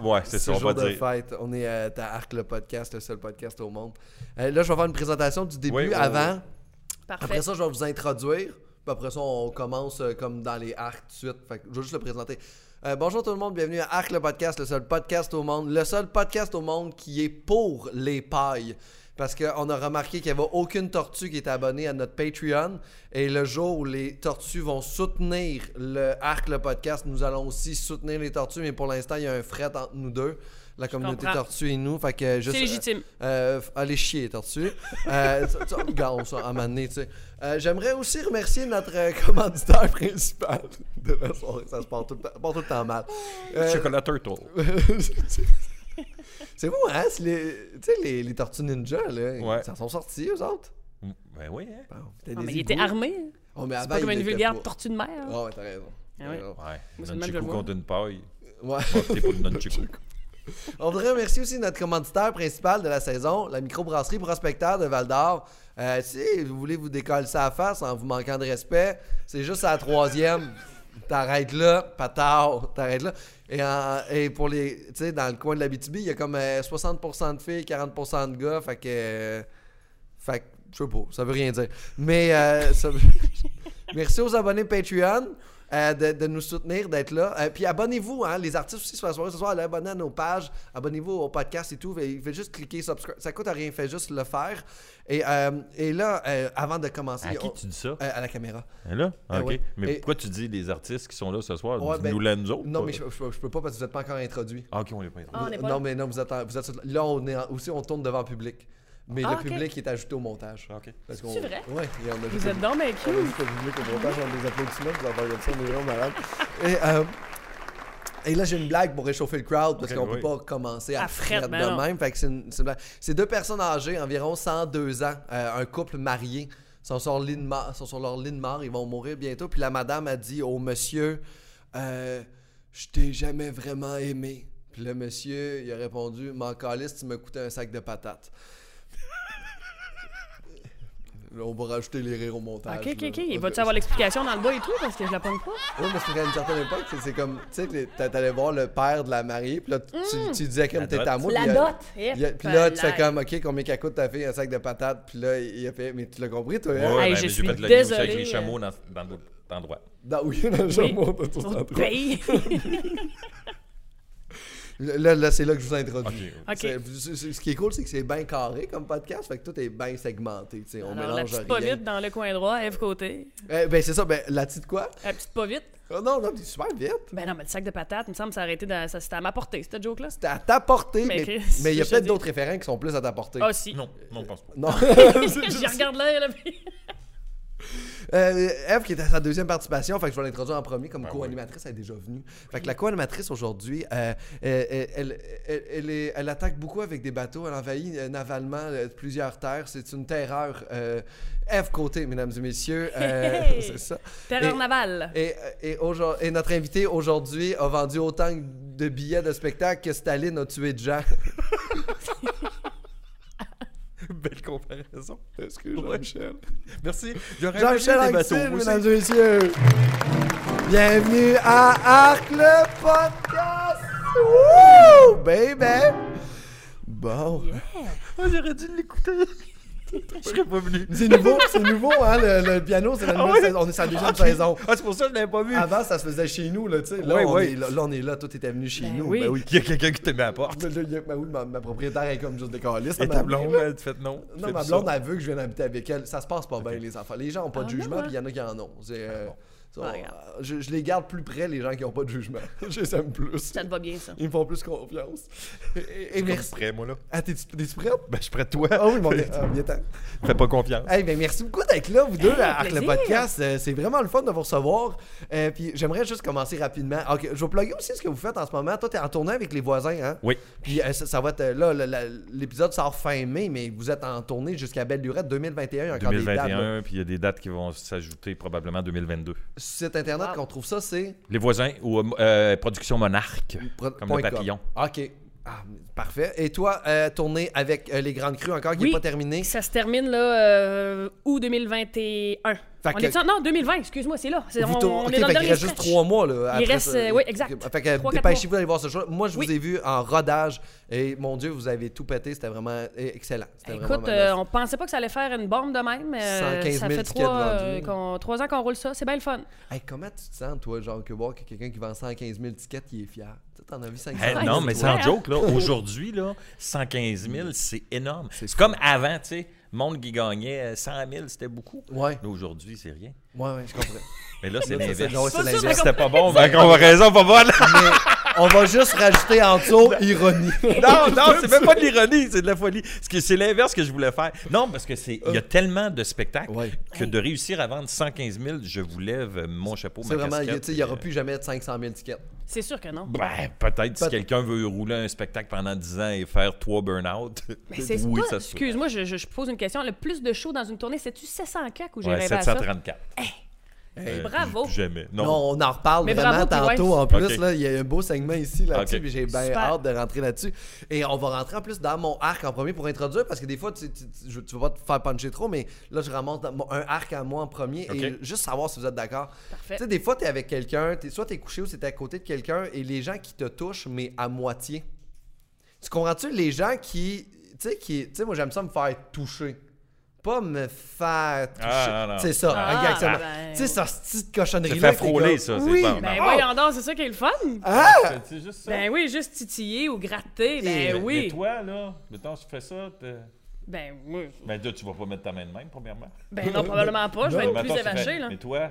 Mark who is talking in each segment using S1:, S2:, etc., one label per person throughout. S1: Ouais, c'est ça,
S2: le
S1: on
S2: jour
S1: va
S2: de
S1: dire.
S2: fête. On est euh, à Arc, le podcast, le seul podcast au monde. Euh, là, je vais faire une présentation du début
S1: Oui, oui,
S2: avant.
S3: Parfait.
S2: Après ça, je vais vous introduire. Puis après ça, on commence euh, comme dans les arcs tout de suite. Fait que je vais juste le présenter. Euh, bonjour tout le monde, bienvenue à Arc le podcast, le seul podcast au monde. Le seul podcast au monde qui est pour les pailles. Parce qu'on a remarqué qu'il n'y avait aucune tortue qui était abonnée à notre Patreon. Et le jour où les tortues vont soutenir le Arc le podcast, nous allons aussi soutenir les tortues. Mais pour l'instant, il y a un fret entre nous deux, la communauté
S3: comprends.
S2: tortue et nous. Fait que euh, juste,
S3: C'est
S2: euh,
S3: légitime.
S2: euh, f- allez chier, tortue. Euh, tu- tu- regarde, on s'en à un moment donné, tu sais. Euh, J'aimerais aussi remercier notre euh, commanditaire principal de la soirée. Ça se porte tout le temps, porte tout le temps mal. Euh,
S1: Chocolat Turtle.
S2: c'est bon, hein? c'est les, tu sais, les, les tortues ninja, là.
S1: Ouais.
S2: Ils en sont sortis, eux autres.
S1: Mm, Ben oui, hein?
S2: Bon, c'était
S3: Non,
S2: des
S3: Ah, mais il était
S2: hiboux.
S3: armé. hein.
S2: Oh, mais
S3: C'est
S2: avant,
S3: pas comme
S2: il
S3: une
S2: l'était
S3: vulgaire
S2: pas.
S3: tortue de mer.
S2: Ah ouais, t'as raison.
S3: Ah ouais.
S2: T'as raison.
S1: Ouais.
S3: Moi, c'est le même que je
S1: Nunchaku
S3: le vois.
S1: contre une paille.
S2: Ouais.
S1: On va opter pour le Nunchaku.
S2: On voudrait remercier aussi notre commanditaire principal de la saison, la microbrasserie Prospecteur de Val d'Or. Euh, si vous voulez vous décoller ça à la face en vous manquant de respect, c'est juste à la troisième. T'arrêtes là, patard, t'arrêtes là. Et, en- et pour les. Tu sais, dans le coin de la BTB, il y a comme euh, 60% de filles, 40% de gars. Fait que. euh, fait que, je sais pas, ça veut rien dire. Mais euh, ça veut- merci aux abonnés Patreon euh, de, de nous soutenir, d'être là. Euh, puis abonnez-vous, hein, les artistes aussi sur la soirée ce soir, allez abonner à nos pages, abonnez-vous au podcast et tout. Fait- Faites juste cliquer subscribe. Ça coûte rien, faites juste le faire. Et, euh, et là, euh, avant de commencer,
S1: À qui
S2: on-
S1: tu dis ça?
S2: euh, à la caméra.
S1: Hein, Là? Ah,
S2: Eh
S1: OK.
S2: ouais.
S1: Mais
S2: Et-
S1: pourquoi tu dis les artistes qui sont là ce soir?
S2: Ouais, ben,
S1: Nous, la nous autres?
S2: Non,
S1: Oh, pas-
S2: mais je, je- je peux pas parce que vous n'êtes pas encore introduit.
S1: Ah, OK, on l'a pas introduit.
S3: Ah, on n'est pas
S2: non,
S3: là.
S2: mais non, vous êtes, en- vous êtes sur- là, on est en- aussi, on tourne devant le public. Mais
S3: Ah,
S2: le
S3: ok.
S2: public est ajouté au montage.
S1: Ah, OK.
S2: Parce
S3: C'est
S2: qu'on-
S3: vrai?
S2: Ouais, et on a
S3: Vous
S2: ajouté-
S3: êtes dans mes
S2: On a dit
S3: cues.
S2: que le public au montage, on a des applaudissements, vous en regardez ça, on est vraiment malade. Et, euh, et là, j'ai une blague pour réchauffer le crowd parce
S1: Ok,
S2: qu'on
S1: oui.
S2: peut pas commencer à,
S3: À fret,
S2: fret
S3: ben
S2: de
S3: non.
S2: même. Fait que c'est une, c'est une blague. C'est deux personnes âgées, environ 102 ans, euh, un couple marié, sont sur, leur lit de mort- sont sur leur lit de mort, ils vont mourir bientôt. Puis la madame a dit au monsieur euh, Je t'ai jamais vraiment aimé. Puis le monsieur, il a répondu M'en calisse, tu me coûtais un sac de patates. Là, on va rajouter les rires au montage.
S3: Ok, ok,
S2: là.
S3: ok. Il
S2: Parce
S3: va-tu
S2: que-
S3: avoir l'explication dans le bas et tout parce que je la pomme pas?
S2: oui, mais c'est qu'à une certaine époque, c'est- c'est comme, tu sais, que les- t'a- t'allais voir le père de la mariée, puis là, tu, tu- tu disais comme
S1: La
S2: t'es
S1: dot.
S2: à moi.
S3: Mm. La
S2: puis Oh, il a-
S3: dot. Yep.
S2: il a- Puis là, tu fais
S3: Like.
S2: comme, OK, combien qu'elle coûte ta fille un sac de patates, puis là, il a fait, mais tu l'as compris, toi,
S1: Ouais,
S2: hein?
S1: ouais,
S3: Hey,
S1: ben,
S3: je
S1: j'ai
S3: suis
S1: fait le lien aussi avec
S3: désolée,
S1: les
S3: euh,
S1: chameaux dans, dans d'autres endroits.
S2: Dans- oui, dans le jambon, dans tout cet
S3: Votre
S2: endroit.
S3: pays.
S2: Là, là c'est là que je vous introduis.
S1: Ok.
S3: Ok.
S2: C'est- c'est- c'est- Ce qui est cool, c'est que c'est bien carré comme podcast, fait que tout est bien segmenté, tu sais, on
S3: Alors, la
S2: mélange
S3: petite
S2: rien.
S3: povite dans le coin droit, F côté.
S2: Eh, ben, c'est ça, ben, la petite quoi?
S3: La petite povite.
S2: Oh non, non, t'es super vite.
S3: Ben non, mais le sac de patates, il me semble que ça a arrêté dans- ça- c'était à ma portée, cette joke-là.
S2: T'es à ta portée,
S3: Mais
S2: mais
S3: Chris,
S2: mais il y a
S3: je
S2: peut-être
S3: dis-
S2: d'autres référents qui sont plus à ta portée.
S3: Ah, si.
S1: Non, non, je pense pas.
S2: Non.
S3: J'y regarde là, là. puis-
S2: Euh, Eve, qui est à sa deuxième participation, fait que je vais l'introduire en premier comme
S1: Ben
S2: co-animatrice, elle est déjà venue. Fait que la co-animatrice aujourd'hui, euh, euh, elle, elle- elle est- elle attaque beaucoup avec des bateaux, elle envahit euh, navalement euh, plusieurs terres, c'est une terreur. euh, Eve Côté, mesdames et messieurs, euh,
S3: Hey!
S2: c'est ça.
S3: Terreur
S2: Et-
S3: navale.
S2: Et, et aujourd- et notre invité aujourd'hui a vendu autant de billets de spectacle que Staline a tué de gens.
S1: Belle comparaison.
S2: Excuse, Jean-Michel.
S1: Merci. J'aurais
S2: Jean-Michel
S1: aimé des
S2: Anctil,
S1: bateaux, moi aussi.
S2: mesdames et messieurs. Bienvenue à Arc le podcast. Wouh, baby. Bon.
S1: Ah, J'aurais dû l'écouter. Je serais pas venu.
S2: C'est nouveau, c'est nouveau, hein, le, le piano, c'est la nouvelle saison. On est sur la deuxième saison.
S1: Ah, c'est pour ça que je l'avais pas vu.
S2: Avant, ça se faisait chez nous, là, tu sais. Là,
S1: Ouais,
S2: on
S1: ouais.
S2: Est, là, là, on est là, tout était venu chez
S3: Ben
S2: nous.
S3: oui.
S2: Ben oui.
S1: Il y a quelqu'un qui te met à la porte.
S2: Là, là, il y a- ben oui, ma, ma propriétaire est comme juste décalée.
S1: Et ta blonde, elle te fait non.
S2: Non,
S1: fais
S2: ma
S1: plus
S2: blonde,
S1: ça.
S2: elle veut que je vienne habiter avec elle. Ça se passe pas bien, les enfants. Les gens ont pas de
S3: Ah,
S2: jugement,
S3: non,
S2: puis il y en a qui en ont. C'est, euh, ça,
S3: Ah,
S2: on-
S3: regarde.
S2: je, je les garde plus près, les gens qui ont pas de jugement. je les aime plus.
S3: Ça te va bien, ça.
S2: Ils me font plus confiance. Et, et
S1: Je suis
S2: merci.
S1: comme prêt, moi, là.
S2: Ah, t'es-tu t'es-tu prête?
S1: Ben, je suis prêt de toi.
S2: Ah oui, mon bien ah, bien temps.
S1: Fais pas confiance.
S2: Hey, ben merci beaucoup d'être là, vous deux, à Arc le
S3: plaisir.
S2: podcast. Euh, c'est vraiment le fun de vous recevoir. Euh, puis j'aimerais juste commencer rapidement. Ok, je vais plugger aussi ce que vous faites en ce moment. Toi, t'es en tournée avec les voisins, hein?
S1: Oui.
S2: Puis euh, ça, ça va être euh, là, le- la- l'épisode sort fin mai, mais vous êtes en tournée jusqu'à Belle Lurette 2021. Il y a encore des dates. là.
S1: 2021, puis il y a des dates qui vont s'ajouter probablement 2022.
S2: Sur site internet
S3: Wow.
S2: qu'on trouve ça, c'est
S1: Les voisins ou euh, euh, Production Monarque.
S2: pro-
S1: Comme
S2: point
S1: le
S2: com.
S1: papillon.
S2: Ok. Ah, parfait. Et toi, euh, tournée avec euh, les grandes crues encore qui n'est
S3: Oui.
S2: pas terminée.
S3: Ça se termine, là, euh, août 2021.
S2: Fait
S3: On
S2: que-
S3: est en- Non, 2020, excuse-moi, c'est là. C'est- On,
S2: Vu tôt-
S3: on
S2: ok,
S3: est dans
S2: fait
S3: le
S2: qu'il
S3: dernier
S2: reste juste
S3: stretch.
S2: trois mois. Là, après
S3: reste,
S2: ça.
S3: euh, oui, exact.
S2: Fait que
S3: Trois, quatre
S2: dépêchez-vous d'aller voir ce show. Moi, je
S3: Oui.
S2: vous ai vu en rodage et mon Dieu, vous avez tout pété. C'était vraiment eh, excellent. C'était vraiment
S3: Écoute,
S2: malade.
S3: euh, on pensait pas que ça allait faire une bombe de même. euh,
S2: 115 000
S3: ça fait
S2: tickets
S3: trois,
S2: vendus.
S3: euh, qu'on- trois ans qu'on roule ça. C'est bien le fun.
S2: Hey, comment tu te sens, toi, genre, que voir que quelqu'un qui vend 115 000 tickets, il est fier? Tu sais, t'en as vu 500
S3: Ouais,
S1: Hey, non,
S3: c'est
S1: mais
S3: vrai,
S1: sans
S3: hein.
S1: joke, là, aujourd'hui, là, 115 000, c'est énorme. C'est comme avant, tu sais, le monde qui gagnait euh, 100 000, c'était beaucoup.
S2: Ouais,
S1: Là, aujourd'hui, c'est rien.
S2: ouais, ouais, je comprends.
S1: Mais là, c'est
S2: Là, ça, c'est-
S1: l'inverse.
S2: ouais, c'est
S3: Pas sûr,
S2: l'inverse.
S1: C'était pas bon, ben, ma comparaison, pas bonne.
S2: Mais on va juste rajouter en dessous ironie.
S1: Non, non, c'est même pas de l'ironie, c'est de la folie. Parce que c'est l'inverse que je voulais faire. Non, parce que c'est il y a tellement de spectacles
S2: Euh. Ouais.
S1: que de réussir à vendre 115 000, je vous lève mon chapeau,
S2: C'est
S1: ma
S2: vraiment, tu
S1: casquette. euh,
S2: sais, il n'y aura plus jamais de 500 000 tickets.
S3: C'est sûr que non.
S1: Ben, peut-être si
S2: Peut-
S1: quelqu'un veut rouler un spectacle pendant 10 ans et faire trois burn-out.
S3: Mais c'est
S1: oui,
S3: toi-
S1: ça se peut.
S3: Excuse-moi, je, je- je pose une question. Le plus de shows dans une tournée, c'est-tu 700 cacs ou j'ai
S1: Ouais,
S3: rêvé à ça?
S1: 734. Euh,
S3: bravo.
S1: plus Jamais. Non.
S2: Non, on en reparle
S3: Mais
S2: vraiment
S3: bravo, puis
S2: tantôt.
S3: ouais.
S2: En plus,
S1: Ok.
S2: là, il y a un beau segment ici là-dessus,
S1: Ok.
S2: puis j'ai bien
S3: Super.
S2: hâte de rentrer là-dessus. Et on va rentrer en plus dans mon arc en premier pour introduire, parce que des fois, tu, tu, tu- je- tu vas pas te faire puncher trop, mais là, je ramasse dans mon- un arc à moi en premier
S1: Ok.
S2: et juste savoir si vous êtes d'accord.
S3: Parfait.
S2: Tu sais, des fois, tu es avec quelqu'un, t'es- soit tu es couché ou c'était à côté de quelqu'un, et les gens qui te touchent, mais à moitié. Tu comprends-tu les gens qui. Tu sais, qui, tu sais, moi, j'aime ça me faire toucher. Pas me faire toucher.
S1: Ah, non, non.
S2: C'est ça,
S3: Ah,
S2: exactement.
S3: ben,
S2: Tu sais, ça, cette petite cochonnerie-là.
S1: Ça fait
S2: que t'es
S1: frôler,
S2: comme,
S1: ça, c'est
S2: Oui,
S1: pas-
S3: Ben
S1: Ah!
S3: voyons donc, c'est ça qui est le fun.
S2: Hein?
S1: C'est- C'est juste ça.
S3: Ben oui, juste titiller ou
S2: Eh,
S3: gratter.
S1: Mais- Mais
S3: Ben oui.
S1: toi, là, mettons, tu fais ça, t'es-
S3: Ben oui.
S1: ben là, tu vas pas mettre ta main de même, premièrement.
S3: Ben non, probablement pas. Je vais être
S1: Mettons,
S3: plus hein.
S1: tu fais-
S3: évachée, là.
S1: Mais toi,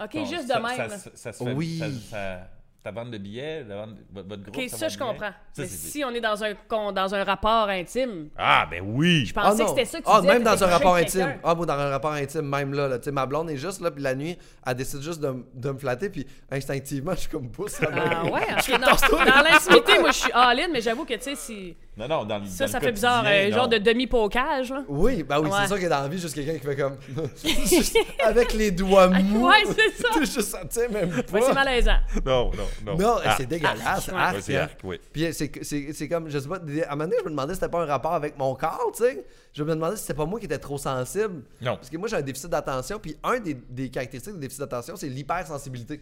S3: OK,
S1: ton-
S3: juste de
S1: ça-
S3: même.
S1: Ça, ça- ça se fait,
S2: Oui.
S1: ça- ça- ta vente de billets, la vente- votre votre groupe,
S3: OK,
S1: sa
S3: ça,
S1: vente
S3: je
S1: de billets,
S3: comprends.
S1: ça,
S3: Mais
S1: c'est-
S3: si on est dans un, con- dans un rapport intime,
S1: Ah, ben oui!
S3: je
S2: Ah
S3: pensais
S2: non.
S3: que c'était ça que tu
S2: Ah,
S3: disais,
S2: même dans
S3: t'étais
S2: un rapport
S3: couché avec
S2: intime.
S3: quelqu'un.
S2: Ah, moi, dans un rapport intime, même là. là. Tu sais, ma blonde est juste là, puis la nuit, elle décide juste de, m- de me flatter, puis instinctivement, je suis comme pousse la main.
S3: Ah ouais, ok, non. Dans l'intimité, moi, je suis all-in, mais j'avoue que, tu sais, si...
S1: Non, non, dans le
S3: ça,
S1: dans
S3: ça
S1: le
S3: fait bizarre,
S1: quotidien,
S3: un
S1: non.
S3: genre de demi-pocage, là.
S2: Oui, bah oui,
S3: Ouais.
S2: c'est sûr que dans la vie, juste quelqu'un qui fait comme. Juste avec les doigts mous.
S3: Ouais, c'est ça.
S2: T'es juste, tu sais, même pas.
S3: Ouais, c'est malaisant.
S1: Non, non, non.
S2: Non,
S1: Ah,
S2: c'est dégueulasse.
S3: ouais.
S2: arc,
S1: Ouais, c'est
S2: hein.
S1: arc, oui.
S2: Puis c'est- c'est c'est comme, je sais pas, des- à un moment donné, je me demandais si c'était pas un rapport avec mon corps, tu sais. Je me demandais si c'était pas moi qui était trop sensible.
S1: Non.
S2: Parce que moi, j'ai un déficit d'attention, puis un des, des caractéristiques du déficit d'attention, c'est l'hypersensibilité.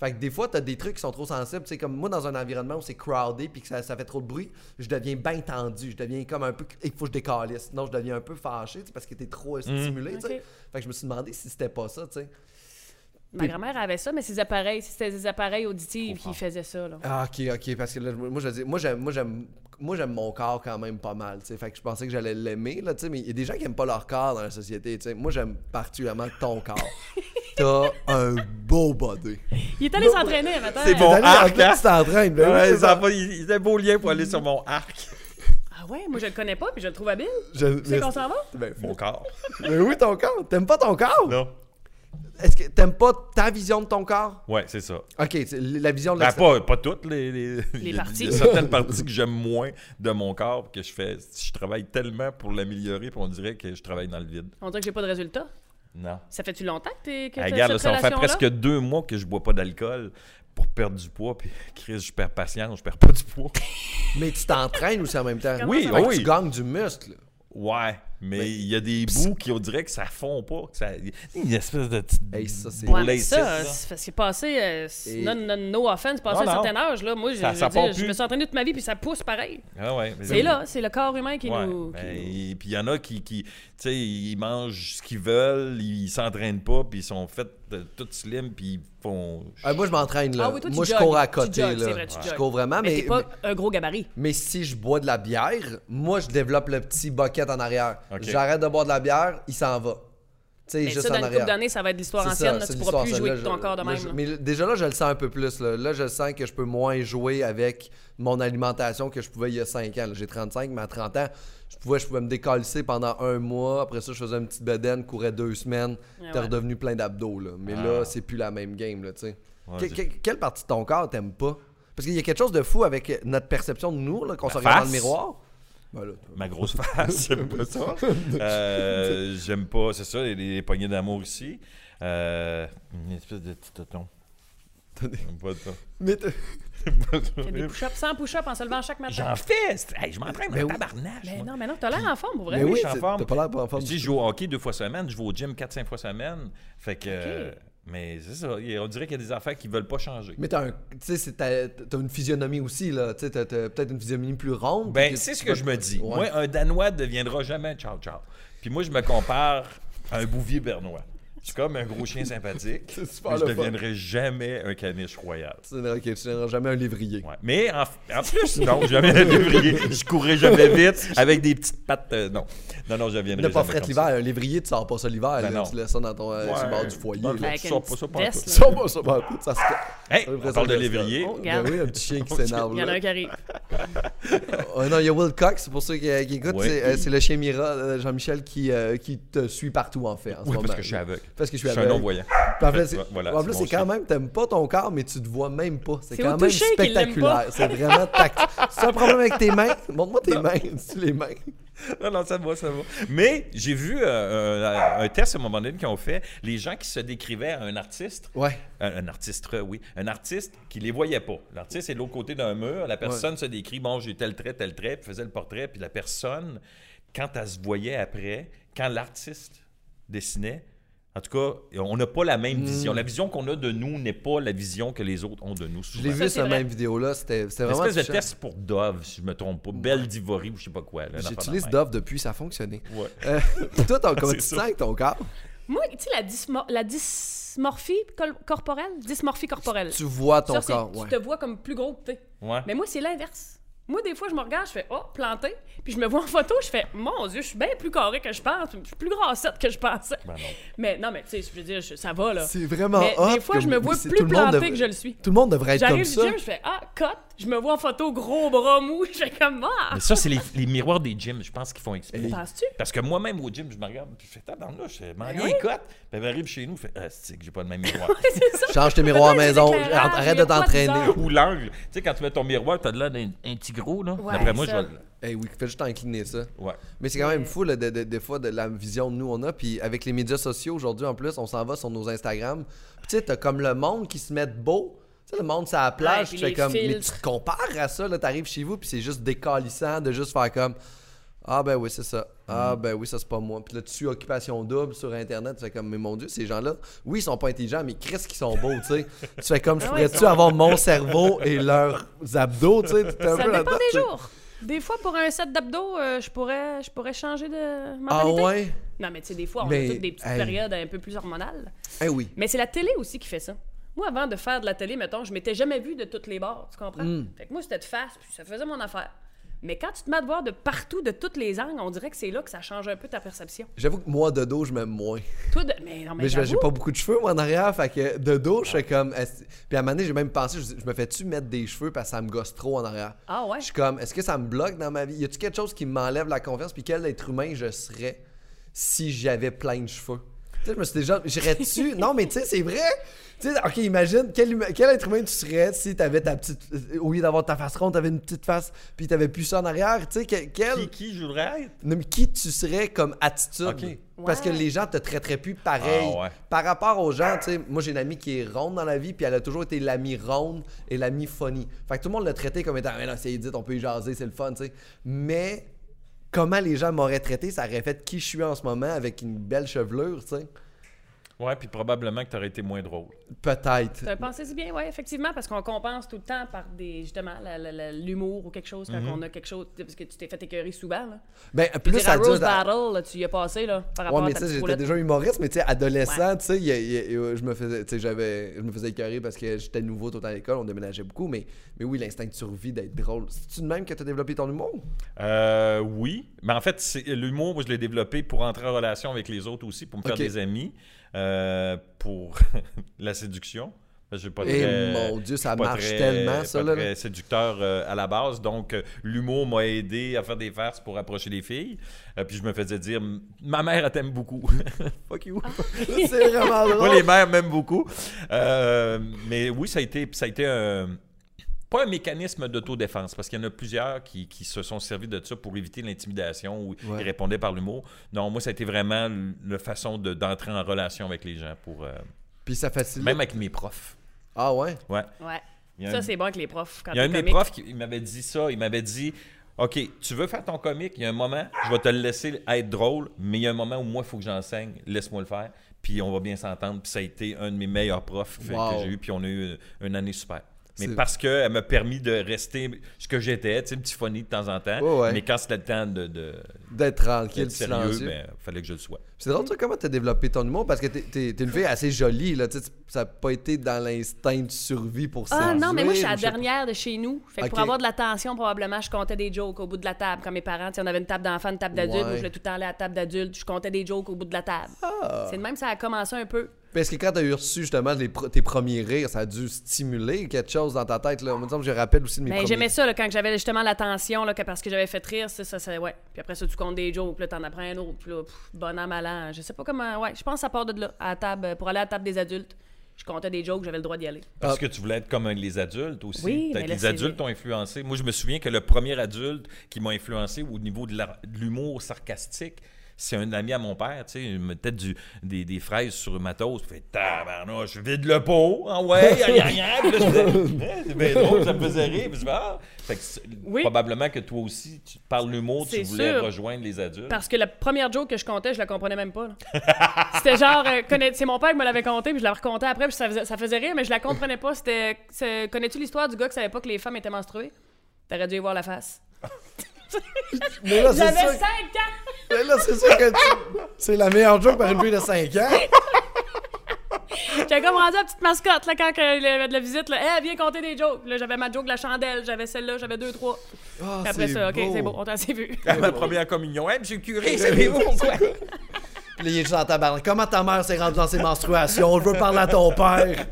S2: Fait que des fois, t'as des trucs qui sont trop sensibles. Tu sais, comme moi, dans un environnement où c'est crowded puis que ça, ça fait trop de bruit, je deviens bien tendu. Je deviens comme un peu. Il faut que je décalisse. Non, je deviens un peu fâché, tu sais, parce que t'es trop stimulé, tu sais.
S3: Ok.
S2: Fait que je me suis demandé si c'était pas ça, tu sais.
S3: Ma grand-mère avait ça, mais ses appareils, c'était des appareils auditifs qui faisaient ça, là.
S2: Ah, ok, ok, parce que là, je- moi, je dis, moi, j'aime, moi, j'aime, moi, j'aime mon corps quand même pas mal, tu sais. Fait que je pensais que j'allais l'aimer, là, tu sais, mais il y a des gens qui aiment pas leur corps dans la société, tu sais. Moi, j'aime particulièrement ton corps. T'as un beau body.
S3: Il est allé s'entraîner, maintenant.
S1: C'est bon. Ton
S2: T'es allé-
S1: arc,
S2: ok,
S1: hein?
S2: tu t'entraînes, ben oui,
S1: Ouais,
S2: c'est
S1: ça
S2: ça.
S1: va, il, il y a un beau lien pour aller sur mon arc.
S3: Ah ouais, moi, je le connais pas, puis je le trouve habile.
S2: Je-
S3: Tu sais qu'on s'en va?
S2: Ben,
S1: Mon corps.
S2: mais oui, ton corps. T'aimes pas ton corps?
S1: Non.
S2: Est-ce que t'aimes pas ta vision de ton corps?
S1: Ouais, c'est ça.
S2: Ok, c'est la vision de
S1: Ben,
S2: l'extérieur.
S1: pas, pas toutes les, les, il y a-
S3: parties.
S1: Il y a certaines parties que j'aime moins de mon corps que je fais. Je travaille tellement pour l'améliorer, puis on dirait que je travaille dans le vide.
S3: On dirait que j'ai pas de résultat.
S1: Non.
S3: Ça fait-tu longtemps que t'es... que
S1: Ah,
S3: t'as
S1: regarde, là,
S3: cette
S1: ça fait
S3: relation-là?
S1: presque deux mois que je bois pas d'alcool pour perdre du poids, puis Chris, je perds patience, je perds pas du poids.
S2: Mais tu t'entraînes aussi en même temps.
S1: Oui,
S2: Fait que
S1: oui.
S2: Tu gagnes du muscle.
S1: Ouais, mais il y a des bouts qui, on dirait que ça fond pas. Que ça... Une espèce de petite
S2: Hey, ça, c'est-
S1: boule
S3: Ouais, mais
S1: ici,
S3: ça,
S1: là.
S3: c'est parce que passé, euh, c'est-
S2: Et-
S3: non, non, no offense, passé
S1: Non,
S3: un
S1: non.
S3: certain âge, là, moi, je,
S1: Ça-
S3: je
S1: ça
S3: veux dire,
S1: part
S3: je
S1: plus.
S3: me suis entraîné toute ma vie, puis ça pousse pareil.
S1: Ah ouais, mais-
S3: C'est là, c'est le corps humain qui
S1: Ouais,
S3: nous... qui
S1: ben,
S3: nous-
S1: et puis il y en a qui, qui tu sais, ils mangent ce qu'ils veulent, ils s'entraînent pas, puis ils sont faits de- tout slim, puis ils font.
S2: Ah, moi, je m'entraîne, là.
S3: Ah oui, toi, tu
S2: moi, je
S3: jogues.
S2: cours à
S3: Tu
S2: côté,
S3: jogues,
S2: là.
S3: c'est vrai, tu
S2: je
S3: jogues.
S2: cours vraiment,
S3: Mais
S2: mais,
S3: t'es pas un gros gabarit.
S2: Mais si je bois de la bière, moi, je développe le petit bucket en arrière.
S1: Ok.
S2: J'arrête de boire de la bière, il s'en va. Tu sais,
S3: Mais
S2: juste en
S3: ça, dans une couple
S2: arrière.
S3: d'années, ça va être de l'histoire
S2: C'est
S3: ancienne.
S2: ça,
S3: là,
S2: c'est
S3: tu
S2: une histoire,
S3: pourras plus
S2: ça.
S3: jouer
S2: Là,
S3: avec ton
S2: je-
S3: corps de
S2: là,
S3: même.
S2: je-
S3: là.
S2: mais le- déjà là, je le sens un peu plus. Là. Là, je sens que je peux moins jouer avec mon alimentation que je pouvais il y a 5 ans. là. J'ai 35, mais à 30 ans, je pouvais, je pouvais me décalisser pendant un mois. Après ça, je faisais une petite bedaine, courais deux semaines.
S3: Ah
S2: T'es
S3: ouais.
S2: redevenu plein d'abdos. Là. Mais là, c'est plus la même game. Là, tu sais. Que-
S1: Ah. c'est-
S2: que- quelle partie de ton corps t'aimes pas? Parce qu'il y a quelque chose de fou avec notre perception de nous, là, qu'on se regarde dans le
S1: face.
S2: miroir. Ben là, toi.
S1: Ma grosse face, j'aime pas ça. Euh, j'aime pas, c'est ça, les, les poignées d'amour ici. Euh, une espèce de petit tonton.
S2: T'as des-
S1: Pas de temps.
S2: Mais t'as-
S1: Pas de
S3: Fais des
S1: temps.
S3: push-ups, 100 push-ups en se levant chaque matin.
S1: J'en fais! c'est- Hey, je m'entraîne
S2: Ben
S1: en
S2: oui.
S1: tabarnage.
S3: Mais
S1: moi.
S3: non, mais non, t'as l'air en forme, pour vrai.
S2: mais oui,
S1: je suis en
S2: t'as
S1: forme.
S2: t'as pas l'air pas en forme.
S1: Je dis, je joue au hockey deux fois semaine, je vais au gym quatre, cinq fois semaine. Fait que. euh, Mais c'est ça. il- On dirait qu'il y a des affaires qui veulent pas changer.
S2: Mais t'as un, tu sais, c'est ta- t'as une physionomie aussi, là. Tu sais, t'as t'as peut-être une physionomie plus ronde.
S1: Ben,
S2: puis
S1: c'est ce
S2: tu
S1: que
S2: peux-
S1: je me dis.
S2: Ouais.
S1: Moi, un Danois ne deviendra jamais un ciao ciao. Puis moi, je me compare à un bouvier bernois. Je suis comme un gros chien sympathique.
S2: C'est super
S1: mais je
S2: le fun.
S1: deviendrai jamais un caniche royal.
S2: Tu n'auras ok, tu n'auras jamais un lévrier.
S1: Ouais. Mais en, en plus, non, jamais un lévrier. Je courrais jamais vite avec des petites pattes. euh, non. Non, non, je
S2: Ne
S1: viendrai
S2: pas
S1: jamais
S2: frette
S1: comme ça.
S2: l'hiver. Un lévrier, tu sors pas ça l'hiver.
S1: Ben
S2: là.
S1: non.
S2: tu laisses ça dans ton, euh, sur le
S1: Ouais.
S2: bord du foyer.
S1: Dans le
S2: là.
S3: Avec
S1: Ça,
S3: une
S1: pas ça,
S3: petite
S1: pas
S3: veste,
S1: tout.
S2: Ça
S3: là.
S2: va, ça va. écoute, Ça se...
S1: Hey,
S2: ça
S1: on
S2: représente
S1: parle de
S2: le-
S1: lévrier.
S3: ben. Oh,
S2: Ben
S3: regarde.
S2: oui, un petit chien qui s'énerve.
S3: Il y en a
S2: là.
S3: un qui arrive.
S2: Oh, non, il y a Wilcox, c'est pour ceux qui, qui écoutent.
S1: Ouais.
S2: C'est euh, c'est le chien Mira, euh, Jean-Michel, qui, euh, qui te suit partout, en fait. En ce
S1: Oui, parce
S2: moment.
S1: que je suis aveugle.
S2: Parce que je suis
S1: Je suis un
S2: aveugle.
S1: non-voyant.
S2: Puis En fait, c'est-
S1: Voilà,
S2: en
S1: c'est
S2: plus,
S1: mon
S2: c'est
S1: chien.
S2: quand même, t'aimes pas ton corps, mais tu te vois même pas. C'est
S3: C'est
S2: quand
S3: au
S2: même
S3: toucher qu'il l'aime
S2: spectaculaire.
S3: pas.
S2: C'est vraiment tactile. C'est un problème avec tes mains. Montre-moi tes mains. Tu les mains.
S1: Non, non, ça va, ça va. Mais j'ai vu euh, un, un test à un moment donné qu'ils ont fait. Les gens qui se décrivaient à un artiste,
S2: Ouais.
S1: un, un artiste, euh, oui, un artiste qui les voyait pas. L'artiste est de l'autre côté d'un mur. La personne se décrit, bon, j'ai tel trait, tel trait, puis faisait le portrait. Puis la personne, quand elle se voyait après, quand l'artiste dessinait, en tout cas, on n'a pas la
S2: Hmm.
S1: même vision. La vision qu'on a de nous n'est pas la vision que les autres ont de nous.
S2: Je l'ai
S1: Souvent.
S2: vu,
S3: c'est
S2: cette
S3: vrai.
S2: même vidéo-là. C'était c'était
S1: Une
S2: vraiment.
S1: espèce
S2: touchant.
S1: de test pour Dove, si je me trompe pas. Belle Divory ou je sais pas quoi. là, une affaire de
S2: J'utilise
S1: même.
S2: Dove depuis, ça a fonctionné.
S1: Ouais.
S2: Euh, toi, ton, comment tu te
S1: ça.
S2: sens avec ton corps?
S3: Moi, tu sais, la, dysmo- la dysmorphie col- corporelle? Dysmorphie corporelle.
S2: Tu vois ton
S3: Ça, c'est-
S2: corps,
S3: tu
S2: ouais.
S3: te vois comme plus gros que t'es.
S1: Ouais.
S3: Mais moi, c'est l'inverse. Moi, des fois, je me regarde, je fais « Oh, planté! » Puis je me vois en photo, je fais « Mon Dieu, je suis bien plus carré que je pense, je suis plus grassette que je pensais.
S1: Ben non.
S3: Mais non, mais tu sais, je veux dire, je- ça va, là.
S2: C'est vraiment
S3: Mais
S2: hot
S3: des fois, je
S2: comme-
S3: me vois
S2: c'est-
S3: plus
S2: tout le monde
S3: plantée
S2: devrait-
S3: que je le suis.
S2: Tout le monde devrait être
S3: J'arrive
S2: comme ça.
S3: du gym, je fais « Ah, cote! » Je me vois en photo, gros bras mou, je fais comme « Ah!
S1: Mais ça, c'est les, les miroirs des gyms, je pense qu'ils font exprès.
S2: Hey. »
S3: Penses-tu?
S1: Parce que moi-même, au gym, je me regarde, puis je fais tabarnouche, je m'en
S3: Ben
S1: viens
S3: oui.
S1: les cotes. Puis elle arrive chez nous, je fais ah, c'est que j'ai pas le même miroir.
S3: C'est ça.
S2: Change tes miroirs à
S3: Attends,
S2: maison.
S3: les éclairages,
S2: Arrête
S3: il y
S2: de
S3: a quoi de
S2: t'entraîner.
S3: bizarre?
S1: Ou l'angle. Tu sais, quand tu mets ton miroir, t'as de l'air d'un un petit gros, là.
S3: Ouais,
S1: D'après moi,
S3: ça.
S1: je vais. le-
S2: Eh oui, fais juste incliner ça.
S1: Ouais.
S2: Mais c'est quand même fou, là, de- de- des fois, de la vision de nous, on a. Puis avec les médias sociaux aujourd'hui, en plus, on s'en va sur nos Instagram. Puis tu sais, t'as comme le monde qui se met beau. Tu sais, le monde, ça à la plage.
S3: puis
S2: tu fais
S3: les
S2: comme. Mais tu
S3: filtres.
S2: te compares à ça, là. T'arrives chez vous, puis c'est juste décalissant de juste faire comme. Ah ben oui, c'est ça. Ah
S3: Mm.
S2: ben oui, ça c'est pas moi. Puis là, tu suis occupation double sur Internet. Tu fais comme, mais mon Dieu, ces gens-là, oui, ils sont pas intelligents, mais Chris, qui sont beaux, tu sais. Tu fais comme, je
S3: Ah ouais, ils
S2: pourrais-tu
S3: sont-
S2: avoir mon cerveau et leurs abdos, tu sais. T'es un
S3: Ça
S2: peu
S3: dépend
S2: là-dedans, tu
S3: des
S2: sais.
S3: jours. Des fois, pour un set d'abdos, euh, je pourrais, je pourrais changer de
S2: Ah
S3: mentalité.
S2: ouais?
S3: Non, mais tu sais, des fois, on
S2: Mais,
S3: a toutes des petites
S2: hey.
S3: périodes un peu plus hormonales.
S2: Eh oui.
S3: Mais c'est la télé aussi qui fait ça. Moi, avant de faire de la télé, mettons, je m'étais jamais vue de toutes les bords, tu comprends?
S2: Mm.
S3: Fait que moi, c'était de face, puis ça faisait mon affaire. Mais quand tu te mets à te voir de partout, de toutes les angles, on dirait que c'est là que ça change un peu ta perception.
S2: J'avoue que moi, de dos, je m'aime moins.
S3: Toi, de- mais non, mais,
S2: Mais je- j'ai
S3: j'avoue,
S2: pas beaucoup de cheveux, moi, en arrière. Fait que de dos, je fais comme. est-ce- Puis à un moment donné, j'ai même pensé, je, je me fais-tu mettre des cheveux parce que ça me gosse trop en arrière?
S3: Ah ouais?
S2: Je suis comme, est-ce que ça me bloque dans ma vie? Y a-tu quelque chose qui m'enlève la confiance? Puis quel être humain je serais si j'avais plein de cheveux? Tu sais, je me suis déjà. J'irais-tu? non, mais tu sais, c'est vrai! Tu sais, ok, imagine, quel, huma- quel être humain tu serais si t'avais ta petite. Au lieu d'avoir ta face ronde, t'avais une petite face, puis t'avais plus ça en arrière. Tu sais, que-
S3: Euh,
S2: quel.
S1: Qui, qui je voudrais être?
S2: Non, mais qui tu serais comme attitude.
S1: Ok.
S2: Parce que
S3: Ouais.
S2: les gens te traiteraient plus pareil.
S1: Ah ouais.
S2: Par rapport aux gens, tu sais, moi j'ai une amie qui est ronde dans la vie, puis elle a toujours été l'amie ronde et l'amie funny. Fait que tout le monde l'a traité comme étant, mais là, c'est Edith, on peut y jaser, c'est le fun, tu sais. Mais comment les gens m'auraient traité, ça aurait fait qui je suis en ce moment avec une belle chevelure, tu sais.
S1: Ouais, puis probablement que t'aurais été moins drôle.
S2: Peut-être.
S3: t'as pensé si bien, oui, effectivement, parce qu'on compense tout le temps par des justement la- la- la- l'humour ou quelque chose quand on a quelque chose, parce que tu t'es fait écœurer souvent. Là.
S2: Ben,
S3: Je veux
S2: Mhm. plus
S3: dire, à
S2: ça
S3: Rose
S2: dure. dans-
S3: Battle, là, tu y as passé là, par rapport
S2: Ouais, mais tu
S3: à ta
S2: sais,
S3: petite
S2: j'étais
S3: roulette.
S2: déjà humoriste, mais tu sais, adolescent, tu sais, il y a- il y a- euh, je me faisais, tu sais, j'avais, je me faisais écœurer parce que j'étais nouveau tout le temps à l'école, on déménageait beaucoup, mais, mais oui, l'instinct de survie d'être drôle. C'est-tu de même que t'as développé ton humour?
S1: Euh, oui, mais en fait, c'est- l'humour, moi, je l'ai développé pour entrer en relation avec les autres aussi, pour me faire
S2: Ok.
S1: des amis, euh, pour la séduction. Parce que j'ai pas
S2: Eh
S1: très-
S2: mon Dieu, ça
S1: pas
S2: marche
S1: très-
S2: tellement,
S1: pas
S2: ça, là.
S1: très séducteur euh, à la base. Donc, euh, l'humour m'a aidé à faire des farces pour approcher les filles. Euh, puis je me faisais dire, ma mère, elle t'aime beaucoup. Fuck you.
S2: C'est vraiment
S1: Moi,
S2: drôle.
S1: les mères m'aiment beaucoup. Euh, mais oui, ça a été, ça a été un- pas un mécanisme d'autodéfense, parce qu'il y en a plusieurs qui, qui se sont servis de ça pour éviter l'intimidation ou
S2: Ouais.
S1: ils répondaient par l'humour. Non, moi, ça a été vraiment l- la façon de- d'entrer en relation avec les gens, pour, euh,
S2: Puis ça facilite.
S1: même avec mes profs.
S2: Ah ouais?
S1: Ouais.
S3: Ouais.
S1: Il y a
S3: Ça,
S1: un-
S3: c'est bon avec les profs. Quand
S1: Il y a un de
S3: t'es
S1: mes
S3: comique.
S1: profs qui il m'avait dit ça. Il m'avait dit OK, tu veux faire ton comique, il y a un moment, je vais te le laisser être drôle, mais il y a un moment où moi, il faut que j'enseigne, laisse-moi le faire, puis on va bien s'entendre. Puis ça a été un de mes meilleurs profs fait,
S2: Wow.
S1: que j'ai eu, puis on a eu une, une année super. Mais
S2: C'est-
S1: parce qu'elle m'a permis de rester ce que j'étais, tu sais, une petite phonie de temps en temps.
S2: Ouais, ouais.
S1: Mais quand c'était le temps de, de,
S2: D'être tranquille,
S1: d'être sérieux, ben.
S2: silencieux.
S1: il fallait que je le sois.
S2: C'est drôle, toi, comment t'as développé ton humour? Parce que t'es, t'es- t'es une fille assez jolie, là. tu sais, ça n'a pas été dans l'instinct de survie pour ça.
S3: Ah non, mais moi, je suis la dernière de chez nous. Fait que pour
S2: Ok.
S3: avoir de l'attention, probablement, je comptais des jokes au bout de la table. Quand mes parents, tu sais, on avait une table d'enfant, une table d'adulte,
S2: Ouais.
S3: moi, je voulais tout le temps aller à la table d'adulte. Je comptais des jokes au bout de la table.
S2: Ah.
S3: C'est de même, ça a commencé un peu.
S2: Parce que quand t'as eu reçu justement les pro- tes premiers rires, ça a dû stimuler quelque chose dans ta tête. Là. Moi, il me semble que je rappelle aussi de mes
S3: Mais
S2: premiers
S3: Ben, j'aimais ça, là, quand j'avais justement l'attention, là, que parce que j'avais fait rire, c'est ça, ça, ouais. Puis après ça, tu comptes des jokes, puis là, t'en apprends un autre, puis là, pff, bon an, mal an. Je sais pas comment, ouais, je pense que ça part de là, à la table, pour aller à la table des adultes. Je comptais des jokes, j'avais le droit d'y aller.
S1: Parce que tu voulais être comme un- les adultes aussi.
S3: Ah. Oui,
S1: Peut-être
S3: mais là,
S1: les
S3: c'est-
S1: adultes t'ont influencé. Moi, je me souviens que le premier adulte qui m'a influencé au niveau de la- de l'humour sarcastique, c'est un ami à mon père, tu sais, il me mettait du- des, des fraises sur ma toast, il fait tabarnouche, vide le pot, ah ouais, y a rien, rien. Puis là, je faisais, Hein, c'est bien drôle, ça me faisait rire, Puis je fais, Ah! Fait que c'est-
S3: Oui.
S1: probablement que toi aussi, tu parles l'humour, tu
S3: C'est
S1: voulais
S3: sûr.
S1: rejoindre les adultes.
S3: Parce que la première joke que je comptais, je la comprenais même pas. là. C'était genre, euh, connais- c'est mon père qui me l'avait compté, puis je l'avais raconté après, puis ça faisait, ça faisait rire, mais je la comprenais pas. C'était, c'est- connais-tu l'histoire du gars qui savait pas que les femmes étaient menstruées? T'aurais dû y voir la face.
S2: Mais là, c'est
S3: J'avais 5
S2: sûr,
S3: ans!
S2: mais là, c'est sûr que tu- c'est la meilleure joke par une fille de 5 ans.
S3: J'avais comme rendu la petite mascotte, là, quand il y avait de la visite, là. Eh, viens compter des jokes. Là, j'avais ma joke de la chandelle, j'avais celle-là, j'avais deux, trois.
S2: Ah,
S3: Puis après
S2: c'est
S3: ça, OK,
S2: beau.
S3: c'est bon, on t'a assez vu.
S1: À ma première communion, hey, monsieur le curé, savez-vous pourquoi?
S2: Puis là, il est juste en tabarnak. Comment ta mère s'est rendue dans ses menstruations? Je veux parler à ton père.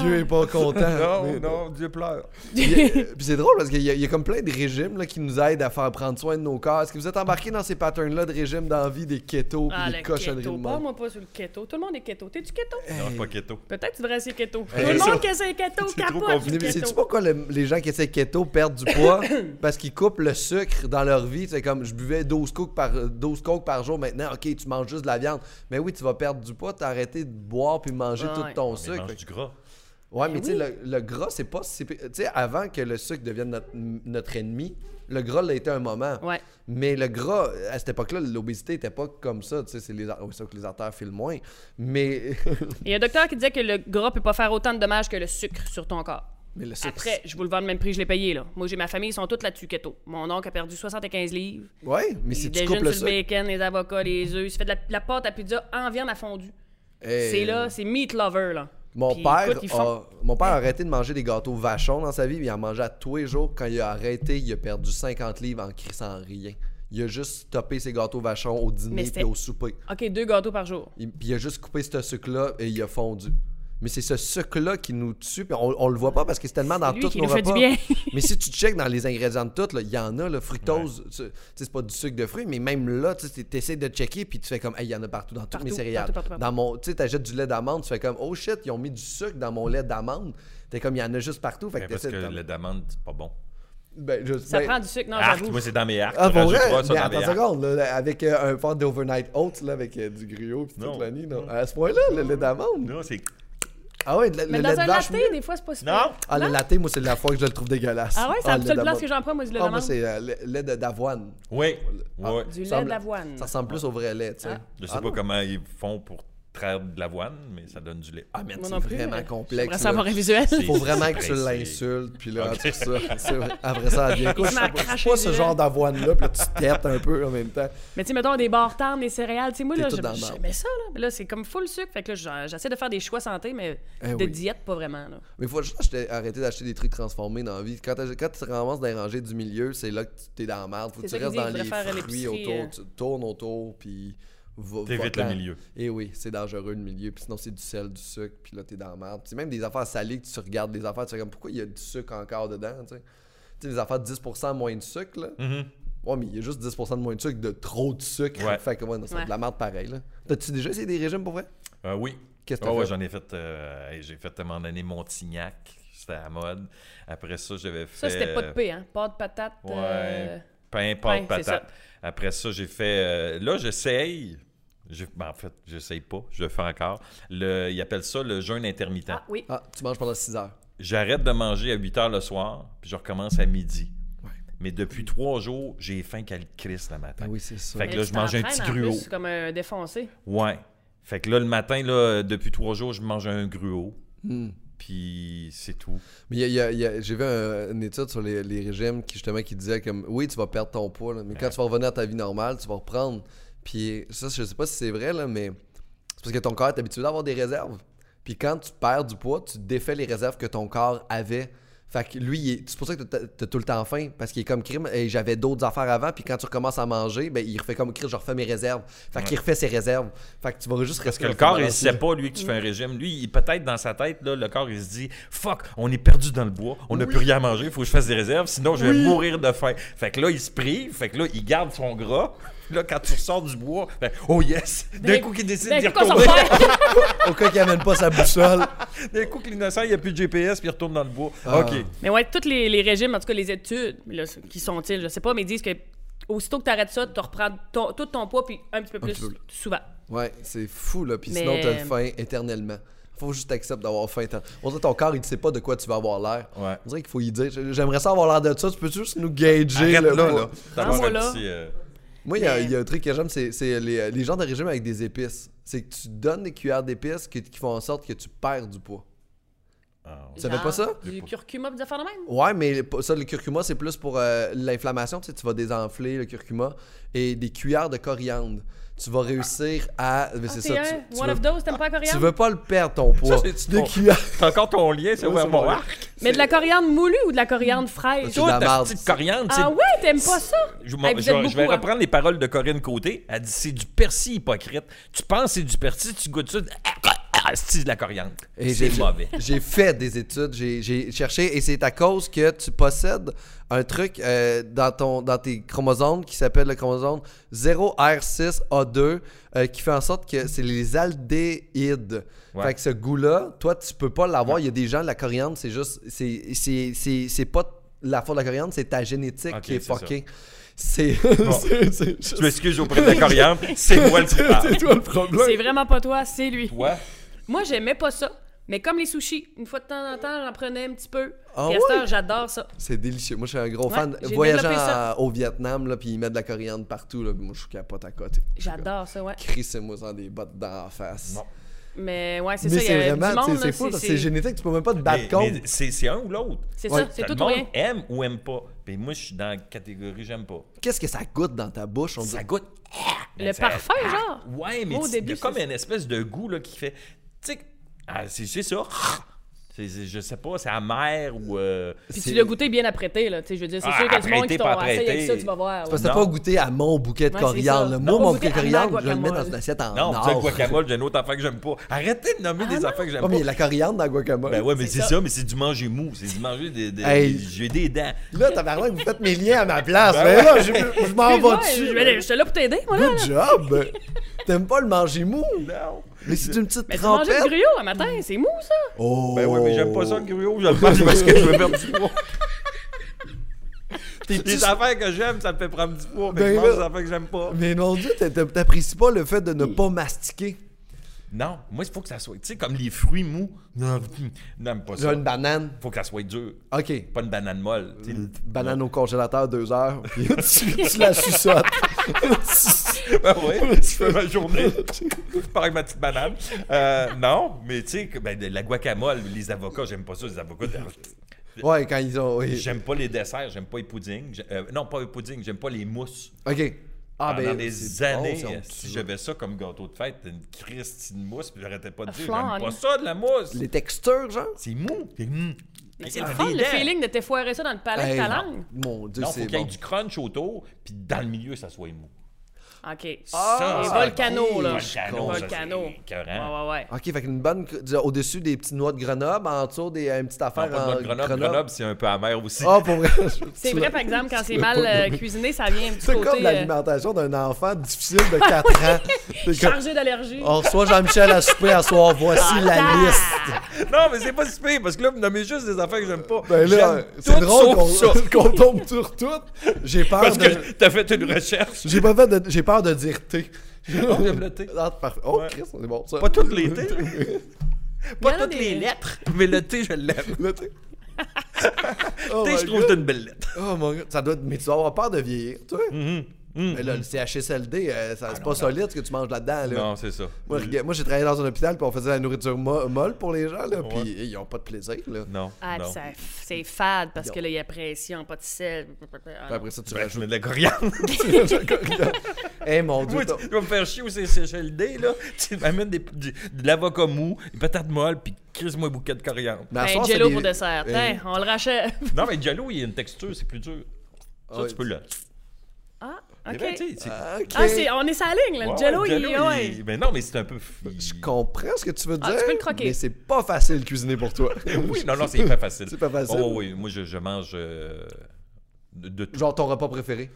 S2: Dieu est pas content.
S1: non, non, Dieu pleure.
S2: Il y a- Puis c'est drôle parce qu'il y, a- il y a comme plein de régimes là, qui nous aident à faire prendre soin de nos corps. Est-ce que vous êtes embarqué dans ces patterns-là de régimes d'envie, des keto puis
S3: Ah,
S2: des
S3: le
S2: cochonneries
S3: keto.
S2: de monde?
S3: Parle-moi pas sur le keto. Tout le monde est keto. T'es-tu keto?
S1: Non, pas keto.
S3: Peut-être que tu devrais essayer keto. Tout
S2: Hey,
S3: le
S2: Eh, ça-
S3: monde qui essaie keto
S1: C'est trop
S3: capote.
S1: compliqué.
S2: Mais
S3: keto.
S2: sais-tu pourquoi le- les gens qui essaient keto perdent du poids? parce qu'ils coupent le sucre dans leur vie. C'est comme, je buvais 12 cokes par, 12 cokes par jour. Maintenant, OK, tu manges juste de la viande. Mais oui, tu vas perdre du poids. T'as arrêté de boire puis manger
S3: Ah
S2: tout
S3: ouais.
S2: ton
S1: Mais
S2: sucre.
S1: mange du gras.
S2: Ouais, mais tu sais,
S3: oui.
S2: le, le gras, c'est pas. si pire. Tu sais, avant que le sucre devienne notre, notre ennemi, le gras l'a été un moment.
S3: Ouais.
S2: Mais le gras, à cette époque-là, l'obésité n'était pas comme ça. Tu sais, c'est les, ar- c'est ça que les artères filent moins. Mais,
S3: Il y a un docteur qui disait que le gras peut pas faire autant de dommages que le sucre sur ton corps.
S2: mais le sucre.
S3: Après, je vous le vends le même prix, je l'ai payé là. Moi, j'ai ma famille, ils sont toutes là-dessus keto. Mon oncle a perdu 75 livres.
S2: Ouais, mais si
S3: il
S2: tu
S3: déjeune
S2: coupes
S3: sur
S2: le
S3: le
S2: sucre.
S3: bacon, les avocats, les œufs. Il se fait de la, la pâte à pizza en viande à fondue.
S2: Hey,
S3: C'est là, c'est meat lover là.
S2: Mon
S3: Puis,
S2: père,
S3: écoute, ils font-
S2: a, mon père a arrêté de manger des gâteaux vachons dans sa vie, mais il en mangeait à tous les jours. Quand il a arrêté, il a perdu 50 livres en crissant rien. Il a juste stoppé ses gâteaux vachons au
S3: Mais
S2: dîner
S3: c'était-
S2: et au souper.
S3: Ok, deux gâteaux par jour.
S2: Il, puis il a juste coupé ce sucre-là et il a fondu. Mais c'est ce sucre-là qui nous tue, puis on, on le voit pas parce que c'est tellement dans
S3: lui
S2: toutes
S3: qui
S2: nos
S3: nous fait du
S2: repas.
S3: bien.
S2: mais si tu checkes dans les ingrédients de tout, là, il y en a, le fructose, tu- tu sais, c'est pas du sucre de fruits, mais même là, tu essaies de checker, puis tu fais comme, hey, il y en a partout dans toutes mes
S3: Partout,
S2: céréales.
S3: partout, partout,
S2: Dans mon, tu sais, t'achètes du lait d'amande, tu fais comme, oh shit, ils ont mis du sucre dans mon lait d'amande. T'es comme, il y en a juste partout, fait
S1: Mais
S2: que
S1: Ben, parce
S2: t'essaies
S1: que
S2: de-
S1: le d'amande, c'est pas bon.
S2: Ben, je-
S3: Ça
S2: ben,
S3: prend du sucre, non,
S1: Arc,
S3: j'avoue.
S1: moi c'est dans mes arcs.
S2: Ah, pour vrai?
S1: Rajoute pas
S2: Mais
S1: ça dans mes
S2: attends une
S1: arcs.
S2: seconde, là, avec euh, un fort d'overnight oats, là, avec euh, du griot, puis
S1: Non.
S2: toute la nuit, non. À ce point-là, le lait d'amande.
S1: Non, c'est.
S2: Ah ouais, le,
S3: Mais
S2: le
S3: dans
S2: lait de
S3: un
S2: vache.
S3: latte, des fois, c'est pas si
S1: Non?
S3: pire.
S2: Ah, le latte, moi, c'est la fois que je le trouve dégueulasse.
S3: Ah ouais, c'est la
S2: le
S3: seule
S2: lait
S3: place
S2: d'amande.
S3: que j'en prends, moi, du lait
S2: Ah, moi,
S3: d'amande.
S2: c'est euh, le le lait de- d'avoine.
S1: Oui.
S2: Ah.
S1: oui.
S3: Du lait
S2: Semble-
S3: d'avoine.
S2: Ça ressemble plus au vrai lait, tu sais.
S3: Ah.
S1: Je sais
S2: Ah
S1: pas
S2: non.
S1: comment ils font pour traire de l'avoine, mais ça donne du lait.
S2: Ah, mais
S3: Moi
S2: c'est
S3: non plus,
S2: vraiment
S3: mais
S2: complexe.
S3: Après,
S2: là.
S3: ça avoir un visuel.
S1: C'est-
S2: Faut vraiment que tu
S1: pressé.
S2: l'insultes, puis là,
S1: Ok.
S2: tout ça. c'est vrai. Après ça, elle vient quoi?
S3: se
S2: Je
S3: met à
S2: sais pas-
S3: cracher
S2: c'est pas
S3: du
S2: ce
S3: lait.
S2: genre d'avoine-là, puis là, tu têtes un peu en même temps.
S3: Mais tu sais, mettons des barres tendres, des céréales. Tu sais, moi,
S2: T'es
S3: là,
S2: tout dans la
S3: j'aime-
S2: merde.
S3: j'aimais ça, là. Mais là, c'est comme full sucre. Fait que là, j'en- j'essaie de faire des choix santé, mais
S2: Eh
S3: de
S2: oui.
S3: diète, pas vraiment, là.
S2: Mais faut juste acheter- arrêter d'acheter des trucs transformés dans la vie. Quand, t'as- quand tu te ramasses dans les rangées du milieu, c'est là que tu t'es dans la merde. Faut que tu
S3: C'est ça
S2: restes
S3: qu'il dit,
S2: dans
S3: il
S2: les
S3: faudrait faire
S2: fruits
S3: l'épicerie,
S2: autour.
S3: euh.
S2: Tu tournes autour, puis va-
S1: T'évites
S2: va-t'en.
S1: le milieu.
S2: Et Eh oui, c'est dangereux le milieu. Puis sinon, c'est du sel, du sucre. Puis là, t'es dans la merde. C'est même des affaires salées que tu regardes les affaires. Tu fais comme pourquoi il y a du sucre encore dedans. Tu sais, Tu sais, les affaires de 10% moins de sucre. Là.
S1: Mhm.
S2: Ouais, mais il y a juste 10% de moins de sucre, de trop de sucre.
S1: Ouais.
S2: Fait que ouais, non, c'est
S3: Ouais.
S2: de la merde pareil. là. T'as-tu déjà essayé des régimes pour vrai?
S1: Euh, oui.
S2: Qu'est-ce que
S1: Ah
S2: t'as
S1: ouais,
S2: fait?
S1: j'en ai fait. euh, hey, j'ai fait à un moment donné Montignac. C'était à la mode. Après ça, j'avais fait.
S3: Ça, c'était pas de paix, hein. Pas de patate.
S1: euh, Ouais.
S3: euh,
S1: Pain, pâte,
S3: pain, c'est
S1: patate. Après ça, j'ai fait. euh, là, j'essaye. Je- ben, en fait, j'essaye pas, je le fais encore. Le, ils appellent ça le jeûne intermittent.
S3: Ah oui.
S2: Ah, tu manges pendant 6 heures.
S1: J'arrête de manger à 8 heures le soir, puis je recommence à midi. Mais depuis trois jours, j'ai faim qu'à le crisse le matin.
S2: Ah oui, c'est ça.
S1: Fait que là,
S3: tu
S1: je mange un
S3: t'entraînes,
S1: petit
S3: en plus,
S1: gruau.
S3: C'est comme un défoncé.
S1: Ouais. Fait que là, le matin, là, depuis trois jours, je mange un gruau.
S2: Hmm.
S1: Puis c'est tout.
S2: Mais il y a- il y a- il y a- j'ai vu un- une étude sur les, les régimes qui justement qui disait comme oui tu vas perdre ton poids là, mais quand tu vas revenir à ta vie normale tu vas reprendre. Puis ça je sais pas si c'est vrai là mais c'est parce que ton corps est habitué d'avoir des réserves. Puis quand tu perds du poids tu défais les réserves que ton corps avait. Fait que lui il est- c'est pour ça que t'as t'as tout le temps faim parce qu'il est comme crime et j'avais d'autres affaires avant puis quand tu recommences à manger ben il refait comme crime je refais mes réserves. Fait qu'il refait ses réserves. Fait que tu vas juste
S1: Parce
S2: rester
S1: que le
S2: dans ton
S1: corps, il
S2: balancier.
S1: sait pas, lui, que tu fais un régime. Lui, il- peut-être dans sa tête, là, le corps, il se dit Fuck, on est perdu dans le bois, on n'a plus rien à manger, il faut que je fasse des réserves, sinon je vais mourir de faim. Fait que là, il se prive, fait que là, il garde son gras. Là, quand tu ressors du bois, fait, oh yes D'un
S3: Ben,
S1: coup, qu'il décide
S3: ben,
S1: d'y
S3: écoute, on s'en
S1: retourner.
S3: perd.
S2: au cas qu'il amène pas sa boussole.
S1: D'un coup, que l'innocent, il n'y a plus de GPS, puis il retourne dans le bois.
S2: Ah.
S1: OK.
S3: Mais ouais, tous les, les régimes, en tout cas les études, là, c- qui sont-ils, je sais pas, mais ils disent que aussitôt que tu arrêtes ça, tu reprends ton- tout ton poids puis un petit peu plus
S2: petit peu.
S3: souvent.
S2: Ouais, c'est fou, là. Puis
S3: Mais-
S2: sinon, t'as faim éternellement. Faut juste accepter d'avoir faim. étern- On dirait que ton corps, il ne sait pas de quoi tu vas avoir l'air.
S1: Ouais.
S2: On dirait qu'il faut y dire J'aimerais ça avoir l'air de ça, tu peux juste nous gager.
S1: Arrête
S2: là,
S1: là,
S2: pour-
S1: là. T'as
S3: Ah,
S1: un
S3: voilà.
S1: petit, euh,
S2: Moi, il y, a-
S3: Mais-
S2: il y a un truc que j'aime, c'est c'est les, les gens de régime avec des épices. C'est que tu donnes des cuillères d'épices qui, qui font en sorte que tu perds du poids.
S1: ah, ouais.
S2: Tu savais
S3: Genre
S2: pas ça?
S3: Du curcuma, des affaires de même.
S2: Ouais, mais le- ça, le curcuma, c'est plus pour euh, l'inflammation. Tu sais, tu vas désenfler le curcuma et des cuillères de coriandre. Tu vas réussir à. mais
S3: Ah,
S2: c'est
S3: t'es
S2: ça.
S3: un,
S2: tu- tu vas-
S3: one
S2: Ah,
S3: of those, t'aimes pas la
S2: Tu
S3: coriandre?
S2: veux pas le perdre ton poids.
S1: c'est-tu
S2: Des
S1: ton-
S2: cuillères.
S1: T'as encore ton lien, c'est
S2: Oui,
S1: ouais,
S2: c'est
S1: bon.
S2: mon
S1: Ah,
S3: Mais de la coriandre moulue ou de la coriandre fraîche?
S2: C'est de la
S1: Toi, ta
S2: marde.
S1: petite coriandre, tu sais,
S3: Ah ouais, t'aimes pas ça?
S1: Je,
S3: Hey,
S1: m'en-
S3: vous
S1: je-
S3: êtes
S1: je
S3: beaucoup,
S1: vais
S3: hein?
S1: reprendre les paroles de Corinne Côté. Elle dit c'est du persil hypocrite. Tu penses c'est du persil, tu goûtes ça, ah, c'est de la coriandre.
S2: Et
S1: C'est
S2: j'ai-
S1: mauvais.
S2: J'ai fait des études, j'ai- j'ai cherché, et c'est à cause que tu possèdes un truc euh, dans, ton, dans tes chromosomes qui s'appelle le chromosome 0R6A2, euh, qui fait en sorte que c'est les aldéhydes.
S1: Ouais.
S2: Fait que ce goût-là, toi, tu peux pas l'avoir. Il y a des gens, la coriandre, c'est juste, c'est- c'est c'est- c'est pas la faute de la coriandre, c'est ta génétique
S1: Ok,
S2: qui est
S1: c'est ça.
S2: fuckée. C'est. c'est- c'est juste-
S1: Je m'excuse auprès de la coriandre, c'est moi le Ah.
S2: c'est
S1: coupable.
S2: toi le problème.
S3: C'est vraiment pas toi, c'est lui.
S1: Toi,
S3: Moi, j'aimais pas ça. Mais comme les sushis, une fois de temps en temps, j'en prenais un petit peu.
S2: Ah
S3: Puis à cette
S2: ouais?
S3: heure, j'adore ça.
S2: C'est délicieux. Moi, je suis un gros
S3: Ouais,
S2: fan.
S3: j'ai
S2: Voyageant
S3: développé ça.
S2: à- au Vietnam, là, puis ils mettent de la coriandre partout. Là, moi, je suis capote à côté.
S3: J'adore ça, ouais.
S2: Crissez-moi dans des bottes dans la face.
S1: Non.
S3: Mais ouais, c'est
S2: Mais
S3: ça. il y
S2: c'est
S3: a du
S2: vraiment, tu
S3: monde,
S2: sais, c'est
S3: là,
S2: fou.
S3: c'est-
S2: parce que
S3: c'est-
S2: C'est génétique. Tu peux même pas te battre
S1: mais- mais
S2: contre.
S1: c'est c'est un ou l'autre.
S3: C'est
S2: Ouais.
S3: ça, c'est
S1: le
S3: tout ou
S1: monde
S3: rien.
S1: aime ou aime pas. Puis moi, je suis dans la catégorie j'aime pas.
S2: Qu'est-ce que ça goûte dans ta bouche? On
S1: Ça
S2: dirait-
S1: goûte.
S3: Le
S1: Mais Ah, ben, ça- ah.
S3: parfum, genre.
S1: Ouais, mais
S3: Moi, au
S1: tu- il y
S3: début,
S1: a comme
S3: c'est-
S1: une espèce de goût là, qui fait. Tu sais, ah, c'est c'est ça. C'est- c'est- Je sais pas, c'est amer ou. euh,
S3: Puis
S2: c'est-
S3: tu l'as goûté bien apprêté, là. Tu sais, je veux dire, c'est
S1: Ah,
S3: sûr que du monde
S1: apprêté,
S3: qui
S1: pas
S3: t'ont essayé avec ça,
S1: apprêté.
S3: tu vas voir.
S2: Parce
S3: ouais.
S2: que t'as
S1: Non.
S2: pas goûté à mon bouquet de
S3: Ouais, c'est
S2: coriandre.
S3: ça.
S2: là. Moi,
S3: Non,
S2: mon
S3: goûter
S2: bouquet de
S3: à ma
S2: coriandre, je vais le mets
S3: guacamole.
S2: dans une assiette en
S1: Non,
S2: or.
S1: du guacamole, j'ai une autre affaire que j'aime pas. Arrêtez de nommer des affaires que j'aime
S2: Oh, mais il y a
S1: pas.
S2: de la coriandre dans le guacamole.
S1: Ben ouais, mais
S3: C'est
S1: c'est ça.
S3: ça.
S1: mais c'est du manger mou. C'est du manger des. des-
S2: Hey.
S1: des- J'ai des dents.
S2: Là, tabarnak, vous faites mes liens à ma place.
S1: Ben
S2: mais
S1: ouais.
S2: là, je, je m'en
S3: Excuse-moi,
S2: vais dessus.
S3: je vais- J'étais là pour t'aider, moi, là.
S2: Good job. T'aimes pas le manger mou?
S1: Non.
S2: Mais c'est une petite
S3: Mais tu mangeais du
S2: trempette.
S3: griot un matin, c'est mou, ça.
S2: Oh.
S1: Ben ouais, mais j'aime pas ça le gruau. Je le mange parce que je veux perdre du poids. Les affaires que j'aime, ça me fait prendre du poids. Mais
S2: Ben
S1: je mange
S2: là.
S1: des affaires que j'aime pas.
S2: Mais non, Dieu, t'a- t'a- t'apprécies pas le fait de ne pas mastiquer.
S1: Non, moi, il faut que ça soit. Tu sais, comme les fruits mous. Non, hum, N'aime pas
S2: Genre
S1: ça.
S2: une banane.
S1: Faut que ça soit dur.
S2: OK.
S1: Pas une banane molle. tu sais.
S2: Banane au congélateur, deux heures. Puis tu, tu la suçottes.
S1: Ben ouais, je fais ma journée. Je pars avec ma petite banane. Euh, non, mais tu sais, que- ben, de la guacamole, les avocats, j'aime pas ça, les avocats.
S2: ouais, quand ils ont. oui.
S1: J'aime pas les desserts, j'aime pas les puddings. j'ai- euh, non, pas les puddings, j'aime pas les mousses.
S2: OK. Ah,
S1: Pendant
S2: ben.
S1: des
S2: c'est bon,
S1: années,
S2: ça,
S1: euh,
S2: on-
S1: si j'avais ça comme gâteau de fête, une Christine mousse, puis j'arrêtais pas de dire,
S3: Flan,
S1: j'aime pas
S3: hein.
S1: ça de la mousse.
S2: Les textures, genre.
S1: C'est mou. C'est hmm. mou.
S3: Mais C'est le fun, le feeling de t'effoirer ça dans le palais
S2: Hey,
S3: de ta
S2: non.
S3: langue.
S2: Mon Dieu,
S1: Non, faut
S2: c'est
S1: qu'il y ait
S2: bon.
S1: du crunch autour, puis dans le milieu, ça soit mou.
S3: OK.
S1: Ah,
S3: Et
S1: ok.
S3: volcano, là.
S1: Volcano, ça,
S3: Volcano.
S1: c'est écœurant.
S3: Ouais, ouais, ouais.
S2: OK, fait qu'une bonne. du- Au-dessus des petites noix de Grenoble, en dessous des euh, une petite
S1: Non,
S2: affaire
S1: pas de
S2: en
S1: noix de Grenoble. Grenoble, c'est un peu amer aussi.
S2: Ah, pour vrai.
S3: C'est vrai, par exemple, quand c'est
S2: l'as
S3: mal
S2: pas
S3: euh, cuisiné, ça vient un petit
S2: C'est
S3: côté
S2: comme
S3: euh, Ah
S2: l'alimentation d'un enfant difficile de 4 ans. C'est comme-
S3: euh,
S2: Ah,
S3: chargé d'allergie.
S2: On reçoit Jean-Michel à souper à soir. Voici la liste.
S1: Non, mais c'est pas si pire, parce que là, vous nommez juste des affaires que j'aime pas.
S2: Ben là,
S1: J'aime
S2: c'est
S1: tout
S2: drôle qu'on,
S1: sauf ça.
S2: qu'on tombe sur tout. J'ai peur
S1: Parce
S2: de.
S1: que t'as fait une recherche.
S2: J'ai pas fait de... J'ai peur de dire thé. Ah, parfait. Oh,
S1: Ouais.
S2: Chris, on est bon. Ça.
S1: Pas toutes les thés.
S3: Il y
S1: Pas
S3: en a
S1: toutes
S3: des-
S1: les lettres, mais le thé, je l'aime.
S2: Le thé. oh,
S1: thé,
S2: my
S1: je trouve
S2: God.
S1: que c'est une belle lettre.
S2: Oh, mon gars. Ça doit... Mais tu dois avoir peur de vieillir, tu sais.
S1: Mhm. Ah,
S2: Mais là, le CHSLD, euh, ça- c'est pas solide ce que tu manges là-dedans. Là.
S1: Non, c'est ça.
S2: Moi, regarde, moi, j'ai travaillé dans un hôpital, puis on faisait la nourriture mo- molle pour les gens, là, puis
S1: Ouais.
S2: ils ont pas de plaisir. Là.
S1: Non.
S3: Ah,
S1: non.
S3: ça- c'est fade parce que là, il y a pression, pas de sel. Ah,
S2: Puis après ça, tu
S1: Ben, je
S2: rajoutes.
S1: mets de la coriandre.
S2: Eh mon dieu,
S1: Moi,
S2: t'as-
S1: tu tu vas me faire chier au CHLD, là. Tu m'amènes des- du- de l'avocat mou, des patates molles, puis crise-moi un bouquet de coriandre.
S2: Mais à
S3: Ben,
S2: soir, c'est
S3: jello
S2: des-
S3: pour dessert. hein?
S2: Eh,
S1: Euh,
S3: Tiens, on le rachète.
S1: Non, mais Jello, il y a une texture, c'est plus dur. Ça,
S2: Ouais.
S1: tu peux le.
S3: Ah,
S1: Eh ben,
S3: OK.
S1: tu sais, c'est-
S2: ah, ok.
S3: Ah, c'est, on est sa ligne, là.
S1: Ouais,
S3: Le jello, il
S1: Jell-O,
S3: est. ouais.
S1: Mais Ben non, mais c'est un peu. il-
S2: Je comprends ce que tu veux dire.
S3: Ah, tu peux le croquer.
S2: Mais c'est pas facile de cuisiner pour toi.
S1: Oui, non, non, c'est hyper facile.
S2: C'est pas facile.
S1: Oh, oui, moi, je, je mange euh, de, de tout.
S2: Genre ton repas préféré.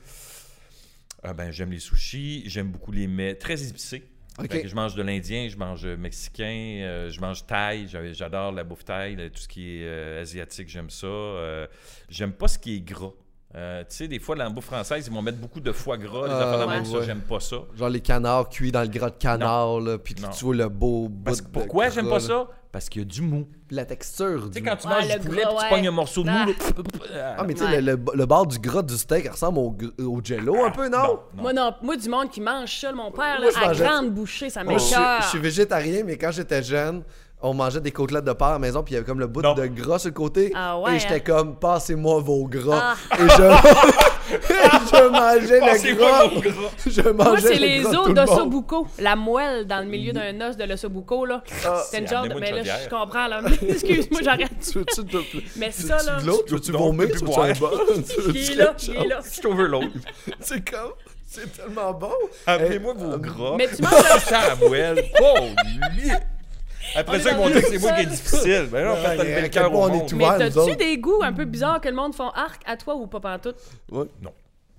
S1: Ah, ben, j'aime les sushis, j'aime beaucoup les mets très épicés.
S2: Ok.
S1: Fait que je mange de l'indien, je mange mexicain, euh, je mange thaï, j'a- j'adore la bouffe thaï, là, tout ce qui est euh, asiatique, j'aime ça. Euh, j'aime pas ce qui est gras. Euh, tu sais, des fois, dans la bouffe française, ils vont mettre beaucoup de foie gras, les
S2: Ah,
S1: affaires de même,
S2: ouais.
S1: ça, j'aime pas ça.
S2: Genre les canards cuits dans le gras de canard, là, puis que
S1: Non.
S2: tu vois le beau
S1: Parce
S2: bout
S1: que
S2: de
S1: pourquoi j'aime
S2: gras,
S1: pas
S2: là.
S1: ça? Parce qu'il y a du mou.
S2: Puis La texture
S1: Tu
S2: du.
S1: sais, quand tu
S3: Ouais,
S1: manges du
S3: le
S1: Ah, poulet
S3: gras,
S1: puis tu
S3: ouais.
S1: pognes un morceau de mou,
S3: Ah.
S1: là, pff, pff, pff, ah,
S2: Ah, mais tu sais,
S3: Ouais.
S2: le, le- le bord du gras du steak ressemble au, gr- au jello un peu, non?
S1: non.
S3: Moi, non, moi, du monde qui mange ça, mon père,
S2: Moi,
S3: là,
S2: je
S3: à
S2: mangeais-
S3: grande bouchée, ça
S2: Moi, je, suis-
S3: m'écoeure.
S2: je suis végétarien, mais quand j'étais jeune, on mangeait des côtelettes de porc à la maison, puis il y avait comme le bout
S1: Non.
S2: de gras sur le côté.
S3: Ah ouais,
S2: et j'étais
S3: hein? Ah.
S2: comme, passez-moi vos gras. Et je, et je mangeais le
S1: Passez-moi
S2: gras.
S1: vos gras.
S2: Je mangeais
S3: Moi, c'est
S2: le
S3: les
S2: gras de
S3: os
S2: tout le monde. Mm.
S3: d'ossobuco. La moelle dans le milieu d'un os de l'ossobuco, là.
S2: Ah,
S3: c'est une genre de...
S1: amenez-moi
S3: Mais
S1: une
S3: là, je
S1: chaudière.
S3: comprends, là. Excuse-moi, j'arrête.
S2: Tu veux-tu de-
S3: Mais
S2: tu
S3: ça,
S2: veux-tu
S3: là...
S2: de l'eau? Tu veux-tu
S1: Non,
S2: vomir?
S1: je peux
S2: Tu
S1: plus
S2: veux-tu un
S1: boire.
S2: bol? Tu
S3: Il est
S2: veux-tu
S3: là,
S2: quelque
S3: il
S2: chose?
S3: est là.
S1: Je suis overload.
S2: C'est comme, c'est tellement bon.
S1: Appelez-moi
S2: Hey,
S1: vos gras.
S3: Mais tu manges...
S1: ça, Abuel. Oh, lui. Après
S3: On
S1: ça,
S3: est
S1: ils vont
S3: dans
S1: dire
S3: le
S1: que c'est moi qui est
S3: sol.
S1: difficile. Ben non, en fait, t'as le
S2: à
S1: bel
S2: quel
S1: cœur
S2: point
S1: au
S2: on est
S1: monde.
S2: tout-
S3: Mais
S2: Ouais, nous
S3: t'as-tu
S2: autres.
S3: des goûts un peu bizarres que le monde font arc à toi ou pas pantoute?
S2: Ouais.
S1: Non.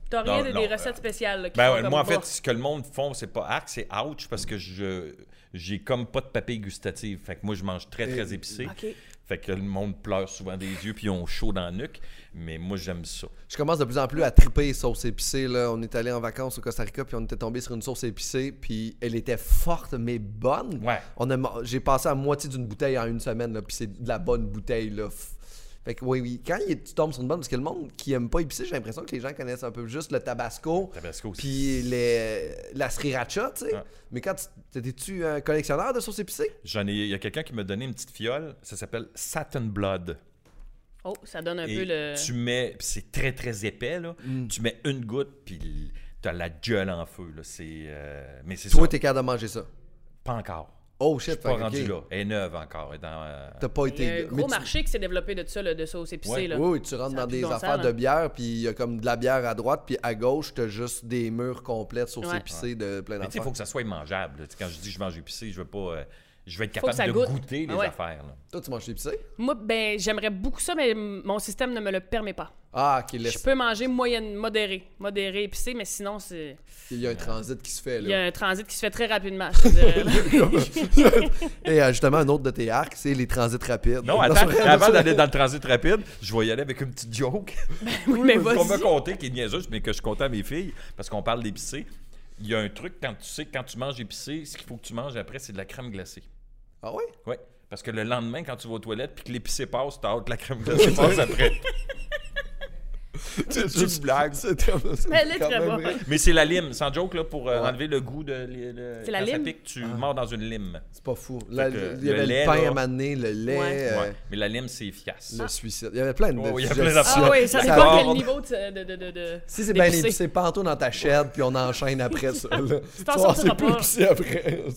S3: T'as
S1: Non,
S3: rien de
S1: non,
S3: des
S1: euh,
S3: recettes spéciales, là, qui
S1: Ben
S3: sont
S1: ouais,
S3: comme
S1: moi, en fait,
S3: bah.
S1: ce que le monde font, c'est pas arc, c'est ouch, parce que je j'ai comme pas de papille gustative. Fait que moi, je mange très, très épicé.
S3: OK.
S1: Fait que le monde pleure souvent des yeux, puis ils ont chaud dans le nuque. Mais moi, j'aime ça.
S2: Je commence de plus en plus à triper les sauces épicées. Là. On est allé en vacances au Costa Rica, puis on était tombé sur une sauce épicée, puis elle était forte, mais bonne.
S1: Ouais.
S2: On a man- J'ai passé à moitié d'une bouteille en une semaine, là, puis c'est de la bonne bouteille. Là. F- Fait que oui, oui. Quand il est- tu tombes sur une bonne, parce que le monde qui aime pas épicé, j'ai l'impression que les gens connaissent un peu juste le tabasco,
S1: Tabasco, c'est-
S2: puis les... la sriracha, tu sais.
S1: Ouais.
S2: Mais quand tu étais-tu un collectionneur de sauces épicées?
S1: J'en ai... Il y a quelqu'un qui m'a donné une petite fiole. Ça s'appelle Satin Blood.
S3: Oh, ça donne un
S1: Et
S3: peu le...
S1: Tu mets, puis c'est très très épais, là.
S2: Mm.
S1: Tu mets une goutte, puis l- t'as la gueule en feu, là. C'est, euh, mais c'est ça.
S2: Toi, t'es capable de manger ça.
S1: Pas encore.
S2: Oh shit,
S1: Pas
S2: fait que,
S1: rendu
S2: ok,
S1: là. Elle est neuve encore. elle est dans, euh,
S2: T'as pas
S3: Il y
S2: été.
S3: a un
S2: là.
S3: gros
S2: Mais tu-
S3: marché qui s'est développé de ça, là, de sauce épicée,
S1: Ouais.
S3: là.
S2: Oui, oui, tu rentres
S3: Ça a
S2: dans des
S3: plus de bon sens,
S2: affaires de
S3: là.
S2: bière, puis il y a comme de la bière à droite, puis à gauche, t'as juste des murs complets de sauce
S3: Ouais.
S2: épicée de plein
S1: Mais tu sais, il
S2: d'affaires.
S1: faut que ça soit mangeable. là. Tu sais, Quand je dis que je mange épicé, je veux pas. euh, je veux être
S3: que
S1: capable
S3: ça
S1: de
S3: goûte.
S1: goûter les
S3: Ah ouais.
S1: affaires. là.
S2: Toi, tu manges épicé?
S3: Moi, ben, j'aimerais beaucoup ça, mais m- mon système ne me le permet pas.
S2: Ah, ok,
S3: Je
S2: laisse.
S3: peux manger moyenne, modéré, modéré, épicé, mais sinon, c'est...
S2: Il y a un transit qui se fait,
S3: Il y a
S2: là.
S3: un transit qui se fait très rapidement, je te dirais. là.
S2: Et euh, justement, un autre de tes arcs, c'est les transits rapides.
S1: Non, attends,
S2: c'est vrai,
S1: avant
S2: c'est-
S1: d'aller dans le transit rapide, je vais y aller avec une petite joke.
S3: Oui, mais
S1: qu'on m'a
S3: vas-y.
S1: conté, qui est niaiseuse, mais que je comptais à mes filles, parce qu'on parle d'épicé. Il y a un truc, quand tu sais, que quand tu manges épicé, ce qu'il faut que tu manges après, c'est de la crème glacée.
S2: Ah ouais?
S1: Oui. Parce que le lendemain, quand tu vas aux toilettes puis que l'épicé passe, t'as hâte que la crème glacée passe après.
S2: C'est
S1: une blague.
S3: Elle est très bonne.
S1: Mais c'est la lime, sans joke, là, pour euh,
S2: Ouais. Ah.
S1: enlever le goût de. le- le-
S3: C'est la
S1: quand ça
S3: lime?
S1: pique, tu mords dans une lime.
S2: C'est pas fou. Là,
S1: Fait que
S2: il y avait
S1: le
S2: le,
S1: lait,
S2: pain
S1: là.
S2: à maner, le lait,
S3: Ouais.
S2: euh,
S1: Ouais. Mais la lime, c'est efficace.
S2: le suicide. Il y avait plein de.
S1: Oh, il y a
S2: suggestions.
S1: plein d'affaires.
S3: Ah oui, ça
S1: Ça
S3: dépend
S1: part.
S3: quel niveau de... de, de, de- de-
S2: Si c'est bien
S3: d'épicé.
S2: épicé, panto dans ta chaîne, puis on enchaîne après ça. là. Tu
S3: t'en
S2: vois,
S3: sortiras
S2: c'est plus
S3: pas.
S2: épicé après.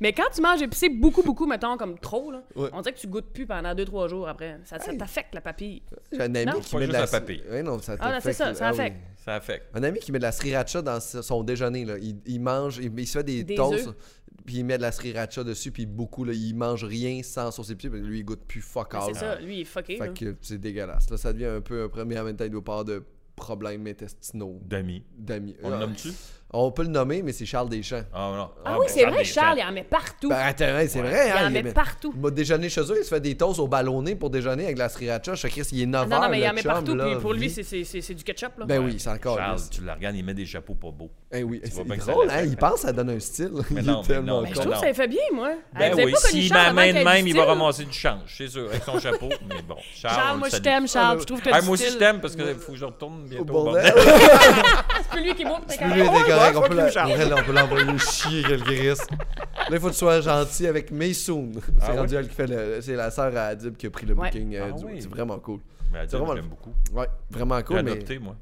S3: Mais quand tu manges épicé beaucoup, beaucoup, mettons, comme trop, là,
S2: Ouais.
S3: on dirait que tu goûtes plus pendant 2-3 jours après. Ça, ça
S2: Hey. Euh,
S3: t'affecte la papille.
S2: J'ai un ami
S3: Non.
S2: qui
S1: Pas
S2: met de
S1: juste
S2: la
S1: la papille.
S2: Ouais, non, ça
S3: Ah, non, c'est
S2: t'affecte,
S3: ça,
S2: là.
S3: ça
S2: Ah oui.
S3: affecte.
S1: Ça affecte.
S2: Un ami qui met de la sriracha dans s- son déjeuner, là. Il, il mange, il, il se fait des,
S3: Des
S2: toasts,
S3: œufs.
S2: puis il met de la sriracha dessus, puis beaucoup, là, il mange rien sans sauce épicée, puis lui, il goûte plus fuck all.
S3: C'est ça, lui, il est fucké. là.
S2: Fait que c'est dégueulasse. Là, ça devient un peu un premier en même temps, il doit pas avoir de problèmes intestinaux
S1: Demi.
S2: d'amis.
S1: On le
S2: Ah.
S1: nomme-tu?
S2: On peut le nommer, mais c'est Charles Deschamps.
S1: Ah, non.
S3: Ah,
S1: Ah,
S3: oui,
S1: ben,
S3: c'est vrai,
S1: Deschamps.
S3: Charles, il en met partout.
S2: Ben, attends, ouais, c'est vrai,
S3: il
S2: hein?
S3: en met partout.
S2: Il m'a déjeuné chez eux, il se fait des toasts au ballonné pour déjeuner avec la sriracha. Je sais Chris, il est 9
S3: Ah, non, non, mais il
S2: le
S3: en met
S2: chum,
S3: partout.
S2: là,
S3: Puis pour lui,
S2: vit.
S3: c'est- c'est c'est- c'est du ketchup. Là.
S2: Ben oui, c'est encore.
S1: Charles,
S2: lui.
S1: tu le regardes, il met des chapeaux pas beaux.
S2: Eh oui,
S1: vois
S2: c'est
S1: bien que ça
S2: drôle, hein?
S1: l'affecte.
S2: Il pense à donner un style. il
S1: non,
S2: est
S1: mais
S2: tellement
S1: non, mais
S3: Ben, je
S2: con.
S3: trouve que
S1: non.
S3: ça lui fait bien, moi.
S1: Ben
S3: Ah, Vous avez
S1: oui,
S3: pas connu
S1: s'il m'a
S3: Charles avant
S1: main de
S3: qu'il ait
S1: même,
S3: du
S1: il va
S3: style?
S1: ramasser du change, c'est sûr, avec son chapeau. Mais bon, Charles, on
S3: Charles,
S1: le
S3: moi, je
S1: salue.
S3: t'aime, Charles. Je trouve que
S1: Ah,
S3: tu
S1: moi aussi, je
S3: style.
S1: t'aime parce que faut que je retourne bientôt.
S2: Au
S1: au
S2: bordel.
S3: C'est plus lui qui bouffe, t'es
S2: Lui, il
S3: correct.
S2: était correct. On
S4: fuck
S2: peut
S4: you,
S2: la-
S4: Charles.
S2: ouais, là, on peut l'envoyer chier, quel gris. Là, il faut que tu sois gentil avec Maysoon. C'est
S1: Ah
S2: rendu
S1: ouais?
S2: elle qui fait le. C'est la sœur à Adib qui a pris le
S3: Ouais.
S2: booking. euh,
S1: Ah
S2: du-
S1: oui.
S2: C'est vraiment cool.
S1: Mais elle dit,
S2: C'est vraiment
S1: je
S2: le-
S1: l'aime beaucoup.
S2: Ouais, vraiment cool.
S1: J'ai
S2: mais...
S1: adopté, moi.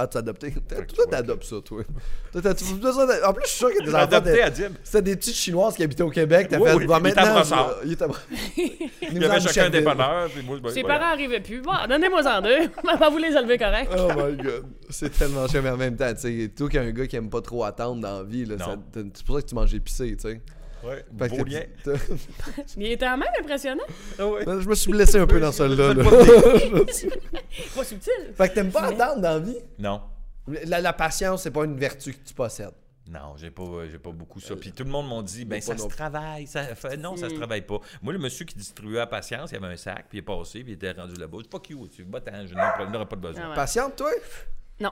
S2: Ah, tu as adopté. T'as-
S1: tu
S2: Toi,
S1: vois
S2: t'adoptes ça, toi. Toi, t'as- tu as besoin d'a- En plus, je suis sûr que tes
S1: J'ai
S2: enfants.
S1: adopté
S2: étaient-
S1: Adib.
S2: C'était des petites chinoises qui habitaient au Québec. T'as
S1: Oui,
S2: fait.
S1: oui,
S2: Bon,
S1: ils
S2: maintenant.
S1: t'abrassent.
S2: je- Ils t'abrassent.
S1: Il y avait chacun un dépanneur. Puis moi, ben,
S3: Ses
S1: voilà.
S3: parents arrivaient plus. Bon, donnez-moi en deux. Maman, vous les élevez correct.
S2: Oh my god. C'est tellement chiant, mais en même temps, tu sais, toi qui as un gars qui aime pas trop attendre dans la vie, là,
S1: Non.
S2: ça- t'as- c'est pour ça que tu manges épicé, tu sais.
S1: Ouais,
S2: Fait que
S1: beau lien.
S2: t'as- t'as-
S3: Il était en même impressionnant.
S1: Ah ouais.
S2: Je me suis blessé un peu dans celle-là. là.
S3: Pas subtil.
S2: Fait que t'aimes pas attendre dans la vie?
S1: Non.
S2: La, la patience, c'est pas une vertu que tu possèdes.
S1: Non, j'ai pas, euh, j'ai pas beaucoup ça. Puis tout le monde m'a dit, ben
S2: pas
S1: ça se
S2: non plus.
S1: travaille. Ça... fait- Non,
S3: Hmm.
S1: ça se travaille pas. Moi, le monsieur qui distribuait à patience, il avait un sac, puis il est passé, puis il était rendu là-bas. Je dis, Fuck you, tu vas je n'en- n'aurai pas de besoin.
S3: Ah ouais.
S2: Patiente, toi?
S3: Non.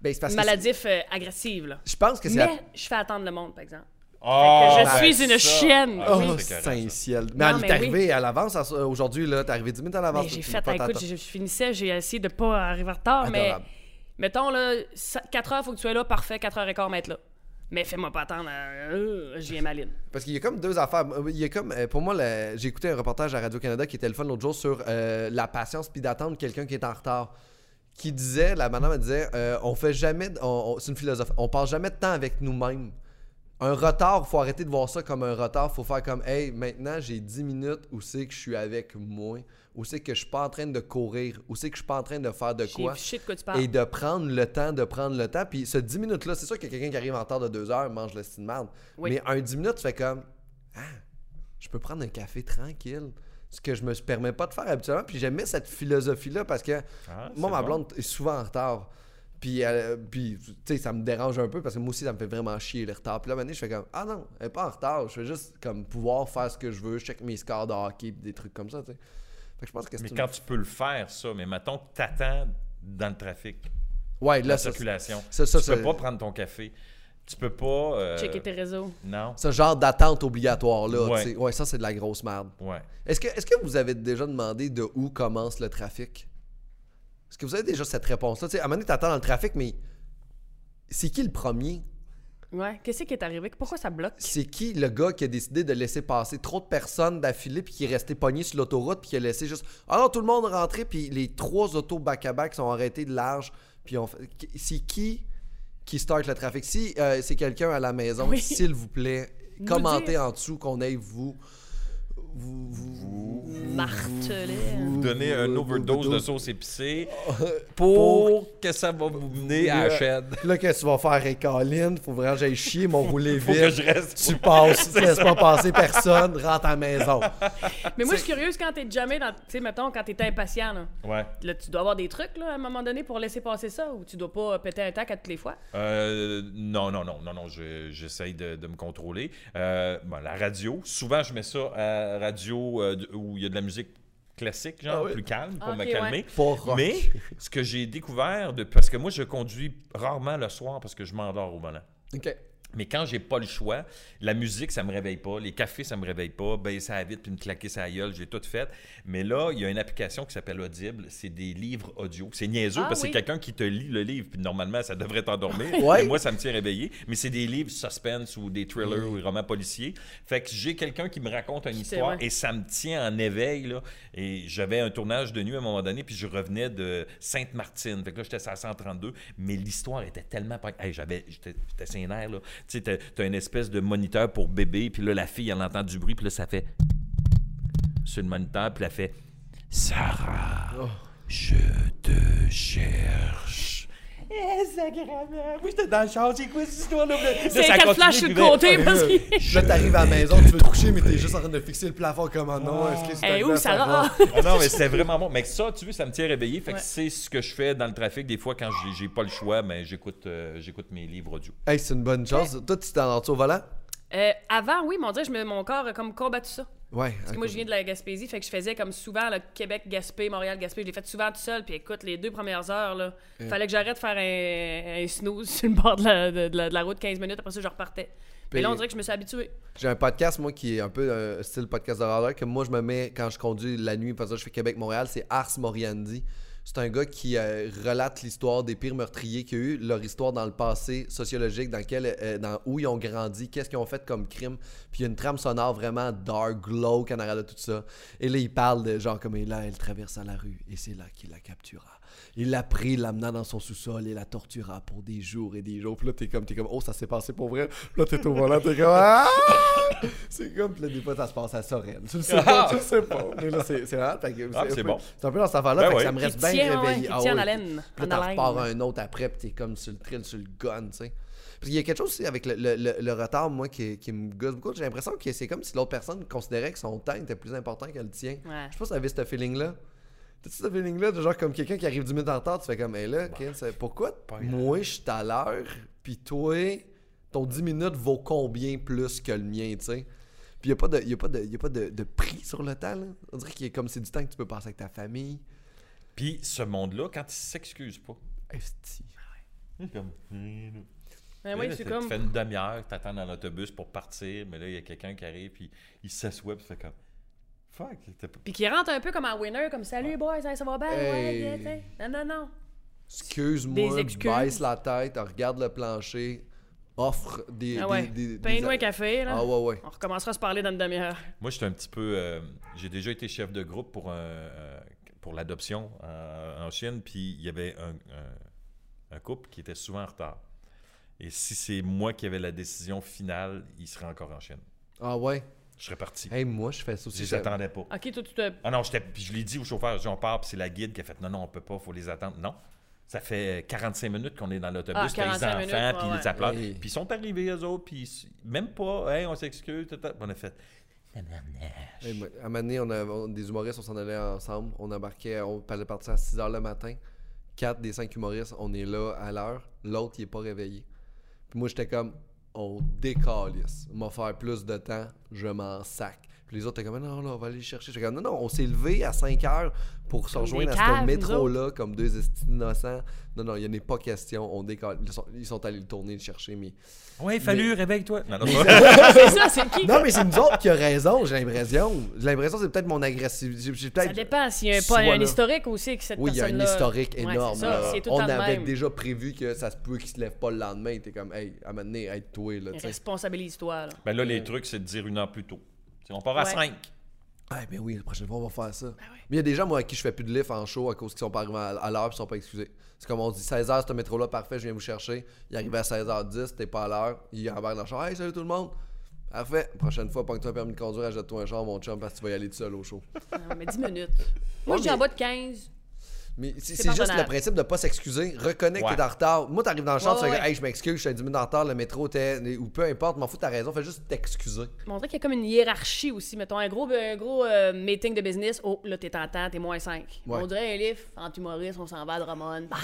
S2: Ben, c'est parce que
S3: Maladif euh, agressive, là.
S2: c'est- Je pense que c'est. la-
S3: Mais je fais attendre le monde, par exemple.
S1: Ah,
S3: Fait que je suis une chienne.
S1: Ah, oui,
S2: Oh,
S1: c'est carré, ça.
S2: Saint-Ciel. Mais elle
S3: mais
S2: est arrivée à l'avance à- aujourd'hui, là. T'es arrivé 10 minutes à l'avance.
S3: Mais j'ai
S2: tu-
S3: fait,
S2: pas
S3: ah, écoute,
S2: t'attendre.
S3: je, je finissais, j'ai essayé de pas arriver en retard,
S2: Adorable.
S3: mais mettons, là, 4 heures, faut que tu sois là, parfait, 4 heures et quart, mettre là. Mais fais-moi pas attendre, euh, euh, j'y ai maline.
S2: Parce qu'il y a comme deux affaires. Il y a comme, euh, pour moi, le- j'ai écouté un reportage à Radio-Canada qui était le fun l'autre jour sur euh, la patience puis d'attendre quelqu'un qui est en retard. Qui disait, la madame elle disait, euh, on fait jamais, de- on- on- c'est une philosophe, on passe jamais de temps avec nous-mêmes. Un retard, faut arrêter de voir ça comme un retard. Faut faire comme, hey, maintenant j'ai 10 minutes, où c'est que je suis avec moi? Où c'est que je suis pas en train de courir? Où c'est que je suis pas en train de faire de
S3: J'ai
S2: quoi?
S3: fiché de quoi tu parles.
S2: Et de prendre le temps, de prendre le temps. Puis ce 10 minutes-là, c'est sûr que quelqu'un qui arrive en retard de 2 heures mange le style de merde.
S3: Oui.
S2: Mais un 10 minutes, tu fais comme Ah, je peux prendre un café tranquille. Ce que je me permets pas de faire habituellement. Puis j'aimais cette philosophie-là parce que
S1: Ah,
S2: moi,
S1: c'est
S2: ma
S1: bon.
S2: blonde est souvent en retard. Puis, elle- puis tu sais, ça me dérange un peu parce que moi aussi, ça me fait vraiment chier le retard. Puis là, maintenant, je fais comme Ah non, elle est pas en retard. Je fais juste comme pouvoir faire ce que je veux. Je check mes scores de hockey, puis des trucs comme ça. tu sais. Fait que je pense que c'est
S1: Mais
S2: une-
S1: quand tu peux le faire, ça, mais mettons que t'attends dans le trafic,
S2: Ouais, là,
S1: la
S2: ça,
S1: circulation.
S2: ça, ça,
S1: tu peux
S2: ça-
S1: pas prendre ton café. Tu peux pas. euh,
S3: Checker tes réseaux.
S1: Non.
S2: ce genre d'attente obligatoire là,
S1: Ouais.
S2: tu sais. ouais, ça c'est de la grosse merde.
S1: Ouais.
S2: Est-ce que est-ce que vous avez déjà demandé de où commence le trafic Est-ce que vous avez déjà cette réponse là, tu sais, à un moment donné t'attends dans le trafic mais c'est qui le premier
S3: Ouais, qu'est-ce qui est arrivé? Pourquoi ça bloque?
S2: C'est qui le gars qui a décidé de laisser passer trop de personnes d'affilée puis qui est resté pogné sur l'autoroute puis qui a laissé juste alors tout le monde rentrer puis les trois autos back à back sont arrêtés de large puis on fait- c'est qui qui start le trafic Si euh, c'est quelqu'un à la maison,
S3: Oui.
S2: s'il vous plaît,
S3: Nous
S2: commentez
S3: dire.
S2: en dessous qu'on aille vous vous, vous-
S3: Martelé.
S1: Vous donnez une
S2: vous-
S1: overdose de
S2: overdose.
S1: sauce épicée
S2: pour-
S1: pour que ça va vous mener à la chaîne.
S2: Là, qu'est-ce que tu vas faire, hey, Colin? Faut vraiment que j'aille chier, mon roulé
S1: Faut que
S2: vite.
S1: je reste.
S2: Tu passes, tu laisses pas passer personne, rentre à la maison.
S3: Mais moi, je suis curieuse quand t'es jamais dans. Tu sais, mettons, quand t'es impatient, là.
S1: Ouais.
S3: Là, tu dois avoir des trucs, là, à un moment donné, pour laisser passer ça, ou tu dois pas euh, péter un tac à toutes les fois.
S1: Euh, non, non, non, non, non, je- j'essaye de, de me contrôler. Euh, bon, la radio, souvent je mets ça à radio euh, de- où il y a de la musique classique, genre
S2: Ah oui.
S1: plus calme, pour
S3: Ah, ok,
S1: me calmer.
S2: Pas rock.
S1: Mais ce que j'ai découvert, de, parce que moi je conduis rarement le soir parce que je m'endors au volant.
S2: OK.
S1: Mais quand j'ai pas le choix, la musique, ça me réveille pas, les cafés, ça me réveille pas, ben ça vite puis me claquer sa gueule, j'ai tout fait. Mais là, il y a une application qui s'appelle Audible, c'est des livres audio. C'est niaiseux
S3: Ah
S1: parce que
S3: oui. Ah
S1: c'est quelqu'un qui te lit le livre, puis normalement, ça devrait t'endormir.
S2: Ouais.
S1: Mais moi, ça me tient réveillé. Mais c'est des livres suspense ou des thrillers ou des romans policiers. Fait que j'ai quelqu'un qui me raconte une
S3: J'étais-
S1: histoire
S3: ouais.
S1: et ça me tient en éveil. Là. Et j'avais un tournage de nuit à un moment donné, puis je revenais de Sainte-Martine. Fait que là, j'étais à 132, mais l'histoire était tellement... pogn- Hey, j'avais, j'étais, j'étais ses nerfs, là. Tu sais, t'as, t'as une espèce de moniteur pour bébé, puis là, la fille, elle entend du bruit, puis là, ça fait... Sur le moniteur, puis elle fait...
S3: Oh.
S1: Sarah, je te cherche. Eh, sa grand-mère. Moi, j'étais dans le char, j'ai quoi cette histoire-là? Là,
S3: C'est
S1: ça
S3: quatre
S1: continue,
S3: flashs sur le
S1: puis
S3: côté
S1: là,
S3: parce que. Eh,
S2: Là, t'arrives à la maison, tu veux te coucher, mais t'es juste en train de fixer le plafond comme un nom. Est-ce que c'est
S3: Eh,
S2: arrivé
S3: où
S2: à
S3: ça
S2: faire
S3: va?
S2: voir?
S1: Ah non, mais c'était vraiment bon. Mais ça, tu veux, ça me tient réveillé. Fait que
S3: Ouais.
S1: c'est ce que je fais dans le trafic. Des fois, quand j'ai- j'ai pas le choix, mais j'écoute euh, j'écoute mes livres audio.
S2: Hey, c'est une bonne chance. Toi, tu t'endors-tu au volant?
S3: Euh, avant, oui, mon Dieu, je me- mon corps a comme combattu ça.
S2: Ouais.
S3: Parce que moi, je viens de la Gaspésie, fait que je faisais comme souvent le Québec-Gaspé, Montréal-Gaspé. Je l'ai fait souvent tout seul. Puis écoute, les deux premières heures, là,
S2: Euh.
S3: fallait que j'arrête de faire un, un snooze sur le bord de la, de- de la- de la route 15 minutes. Après ça, je repartais. Mais
S2: Puis-
S3: là, on dirait que je me suis habituée.
S2: J'ai un podcast, moi, qui est un peu euh, style podcast d'horreur, que moi, je me mets quand je conduis la nuit, parce que je fais Québec-Montréal, c'est Ars Moriandi. C'est un gars qui euh, relate l'histoire des pires meurtriers qu'il y a eu, leur histoire dans le passé sociologique, dans, quel, euh, dans où ils ont grandi, qu'est-ce qu'ils ont fait comme crime. Puis il y a une trame sonore vraiment dark, glauque en arrière de tout ça. Et là, il parle de genre comme et là, elle traversa la rue et c'est là qu'il la captura. Il l'a pris, l'amena dans son sous-sol et la tortura pour des jours et des jours. Puis là, t'es comme, t'es comme, oh, ça s'est passé pour vrai. Puis là, t'es au volant, t'es comme, ah! C'est comme, puis là, des fois, ça se passe à Sorel. Tu le sais pas, tu le sais pas. Mais là, c'est c'est vraiment, fait que
S1: Ah, c'est
S2: un peu-
S1: bon.
S2: C'est un peu dans cette affaire-là,
S1: Ben
S2: fait que
S1: oui.
S2: ça me reste
S3: Qui
S2: bien
S3: tient, ouais,
S2: réveillé. Ah
S3: qui tient en
S2: oui.
S3: haleine,
S2: Puis
S3: en
S2: là, t'en
S3: haleine.
S2: repars un autre après, puis t'es comme sur le thrill, sur le gun, tu sais. Parce qu'il y a quelque chose aussi avec le, le- le- le retard, moi, qui, qui me gosse beaucoup. J'ai l'impression que c'est comme si l'autre personne considérait que son temps était plus important que le tien.
S3: Ouais.
S2: Je sais pas si t'avais ce feeling-là. T'as-tu ce feeling-là de genre comme quelqu'un qui arrive 10 minutes en retard, tu fais comme, hé là, Ken, c'est- pourquoi moi, je suis à l'heure, puis toi, ton 10 minutes vaut combien plus que le mien, tu sais? Puis il n'y a pas, de, y a pas, de, y a pas de, de prix sur le temps, là. On dirait qu'il est comme c'est du temps que tu peux passer avec ta famille.
S1: Puis ce monde-là, quand il s'excuse pas,
S2: Esti.
S1: comme.
S3: Mais
S1: Là,
S3: Ben oui,
S1: là,
S3: je suis
S1: t'as-
S3: comme.
S1: Tu fais une demi-heure, tu attends dans l'autobus pour partir, mais là, il y a quelqu'un qui arrive, puis il s'assoit, puis fait comme. Fuck, t'as pas-
S3: Puis qui rentre un peu comme un winner, comme salut, boys, hein, ça va bien, ouais,
S2: Hey.
S3: yeah, t'sais. Non, non, non. Des
S2: Excuse-moi,
S3: excuses.
S2: baisse la tête, regarde le plancher, offre des.
S3: Ah ouais.
S2: des- des-
S3: Pain,
S2: des-
S3: nous un café, là.
S2: Ah ouais, ouais.
S3: On recommencera à se parler dans une demi-heure.
S1: Moi, j'étais un petit peu. euh, j'ai déjà été chef de groupe pour, un, euh, pour l'adoption euh, en Chine, puis il y avait un, un- un couple qui était souvent en retard. Et si c'est moi qui avais la décision finale, il serait encore en Chine.
S2: Ah ouais.
S1: Je serais parti.
S2: Hey, moi, je fais ça
S1: je
S2: aussi.
S1: les attendais pas.
S3: Ok, toi, tu te.
S1: Ah non, j'étais- puis je l'ai dit au chauffeur, j'ai dit, on part, puis c'est la guide qui a fait non, non, on peut pas, faut les attendre. Non. Ça fait 45 minutes qu'on est dans
S3: Ah,
S1: l'autobus, t'as les
S3: 45
S1: enfants,
S3: minutes, ouais,
S1: puis
S3: ouais.
S1: ils applaudissent.
S2: Oui.
S1: Puis ils sont arrivés, eux autres, puis ils- même pas, hey, on s'excuse, tata. Puis on a fait.
S2: Hey, moi, à un moment donné, on a, on- des humoristes, on s'en allait ensemble. On embarquait, on allait partir à 6 h le matin. Quatre des cinq humoristes, on est là à l'heure. L'autre, il est pas réveillé. Puis moi, j'étais comme, on décalisse. On va faire plus de temps, je m'en sac. Puis les autres étaient comme, non, là, on va aller le chercher. J'étais comme, non, non, on s'est levé à 5 h pour se
S3: Comme
S2: rejoindre
S3: des
S2: à
S3: caves,
S2: ce
S3: nous
S2: métro-là comme deux estis innocents. Non, non, il n'y en a pas question. On décale. Ils sont, ils sont allés le tourner, le chercher, mais.
S1: Ouais, fallu, réveille-toi. Non, non,
S3: c'est ça, c'est qui?
S2: Non, mais c'est nous autres qui a raison, j'ai l'impression. J'ai l'impression que c'est peut-être mon agressivité. J'ai- j'ai peut-être-
S3: Ça dépend s'il y a un,
S2: Soit
S3: pas, un
S2: là.
S3: historique aussi que cette
S2: Oui, il y a un
S3: personne-là-
S2: historique
S3: Ouais,
S2: énorme.
S3: c'est ça,
S2: là.
S3: c'est tout
S2: on
S3: le temps de
S2: avait
S3: même.
S2: déjà prévu que ça se peut qu'il se lève pas le lendemain. T'es comme, hey, à un moment donné, aide-toi. Là, tu sais.
S3: Responsabilise-toi. là.
S1: Ben là, les trucs, c'est de dire une heure plus tôt. Tu sais, on part à
S3: Ouais.
S1: 5.
S2: Ah, ben oui, la prochaine fois, on va faire ça.
S3: Ben ouais.
S2: Mais il y a des gens, moi, à qui je fais plus de lift en show à cause qu'ils sont pas arrivés à à l'heure et sont pas excusés. C'est comme on dit 16h, ce métro-là, parfait, je viens vous chercher. Il arrive à 16h10, t'es pas à l'heure. Il embarque dans le char. Hey, salut tout le monde. Parfait. Prochaine fois, prends-toi un permis de conduire, achète-toi un char, mon chum, parce que tu vas y aller tout seul au show.
S3: Non, mais 10 minutes. Moi, je dis
S2: mais-
S3: en bas de 15.
S2: Mais c'est
S3: C'est
S2: c'est juste
S3: pardonnable.
S2: le principe de pas s'excuser, reconnaître que
S1: Ouais.
S2: t'es en retard. Moi, t'arrives dans le champ,
S3: Ouais,
S2: tu fais
S3: ouais.
S2: Hey, je m'excuse, je suis à 10 minutes en retard, le métro était. ou peu importe, m'en fous, t'as raison, fais juste t'excuser.
S3: Mais On dirait qu'il y a comme une hiérarchie aussi. Mettons, un gros, un gros euh, meeting de business. Oh, là, t'es en temps, t'es moins 5.
S2: Ouais.
S3: On dirait un lift, en humoriste, on s'en va à Drummond. Bah,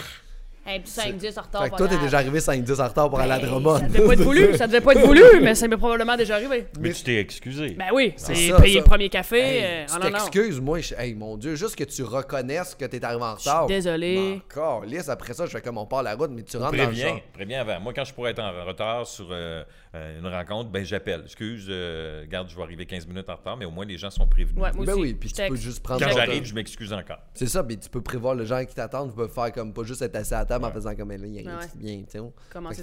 S3: un petit 5-10 en retard.
S2: Fait que
S3: pas
S2: toi, t'es
S3: grave.
S2: déjà arrivé 5-10 en retard pour aller à
S3: Hey,
S2: Drummond.
S3: Ben, Ça devait pas être voulu, ça devait pas être voulu, mais ça m'est probablement déjà arrivé.
S1: Mais tu t'es excusé.
S3: Ben oui, c'est
S2: C'est ça,
S3: payer
S2: ça.
S3: le premier café.
S2: Hey,
S3: euh,
S2: tu
S3: oh non, non.
S2: t'excuses, moi, je- hey, mon Dieu, juste que tu reconnaisses que t'es arrivé en retard.
S3: désolée.
S2: Encore, lisse, après ça, je fais comme on part la route, mais tu rentres dans le
S1: Préviens,
S2: champ.
S1: préviens avant. Moi, quand je pourrais être en retard sur euh, euh, une rencontre, ben j'appelle. Excuse, euh, garde, je vais arriver 15 minutes en retard, mais au moins les gens sont prévenus.
S3: Ouais, moi
S2: Ben
S3: aussi,
S2: oui, puis
S3: je
S2: tu peux
S3: texte.
S2: juste prendre
S1: quand
S2: ton
S1: j'arrive,
S2: temps.
S1: je m'excuse encore.
S2: C'est ça, mais tu peux prévoir le gens qui t'attendent, tu peux faire comme pas juste être assis à la table en faisant comme elle, il y a rien
S3: Ouais.
S2: qui vient, tu sais. Fait
S3: Commencer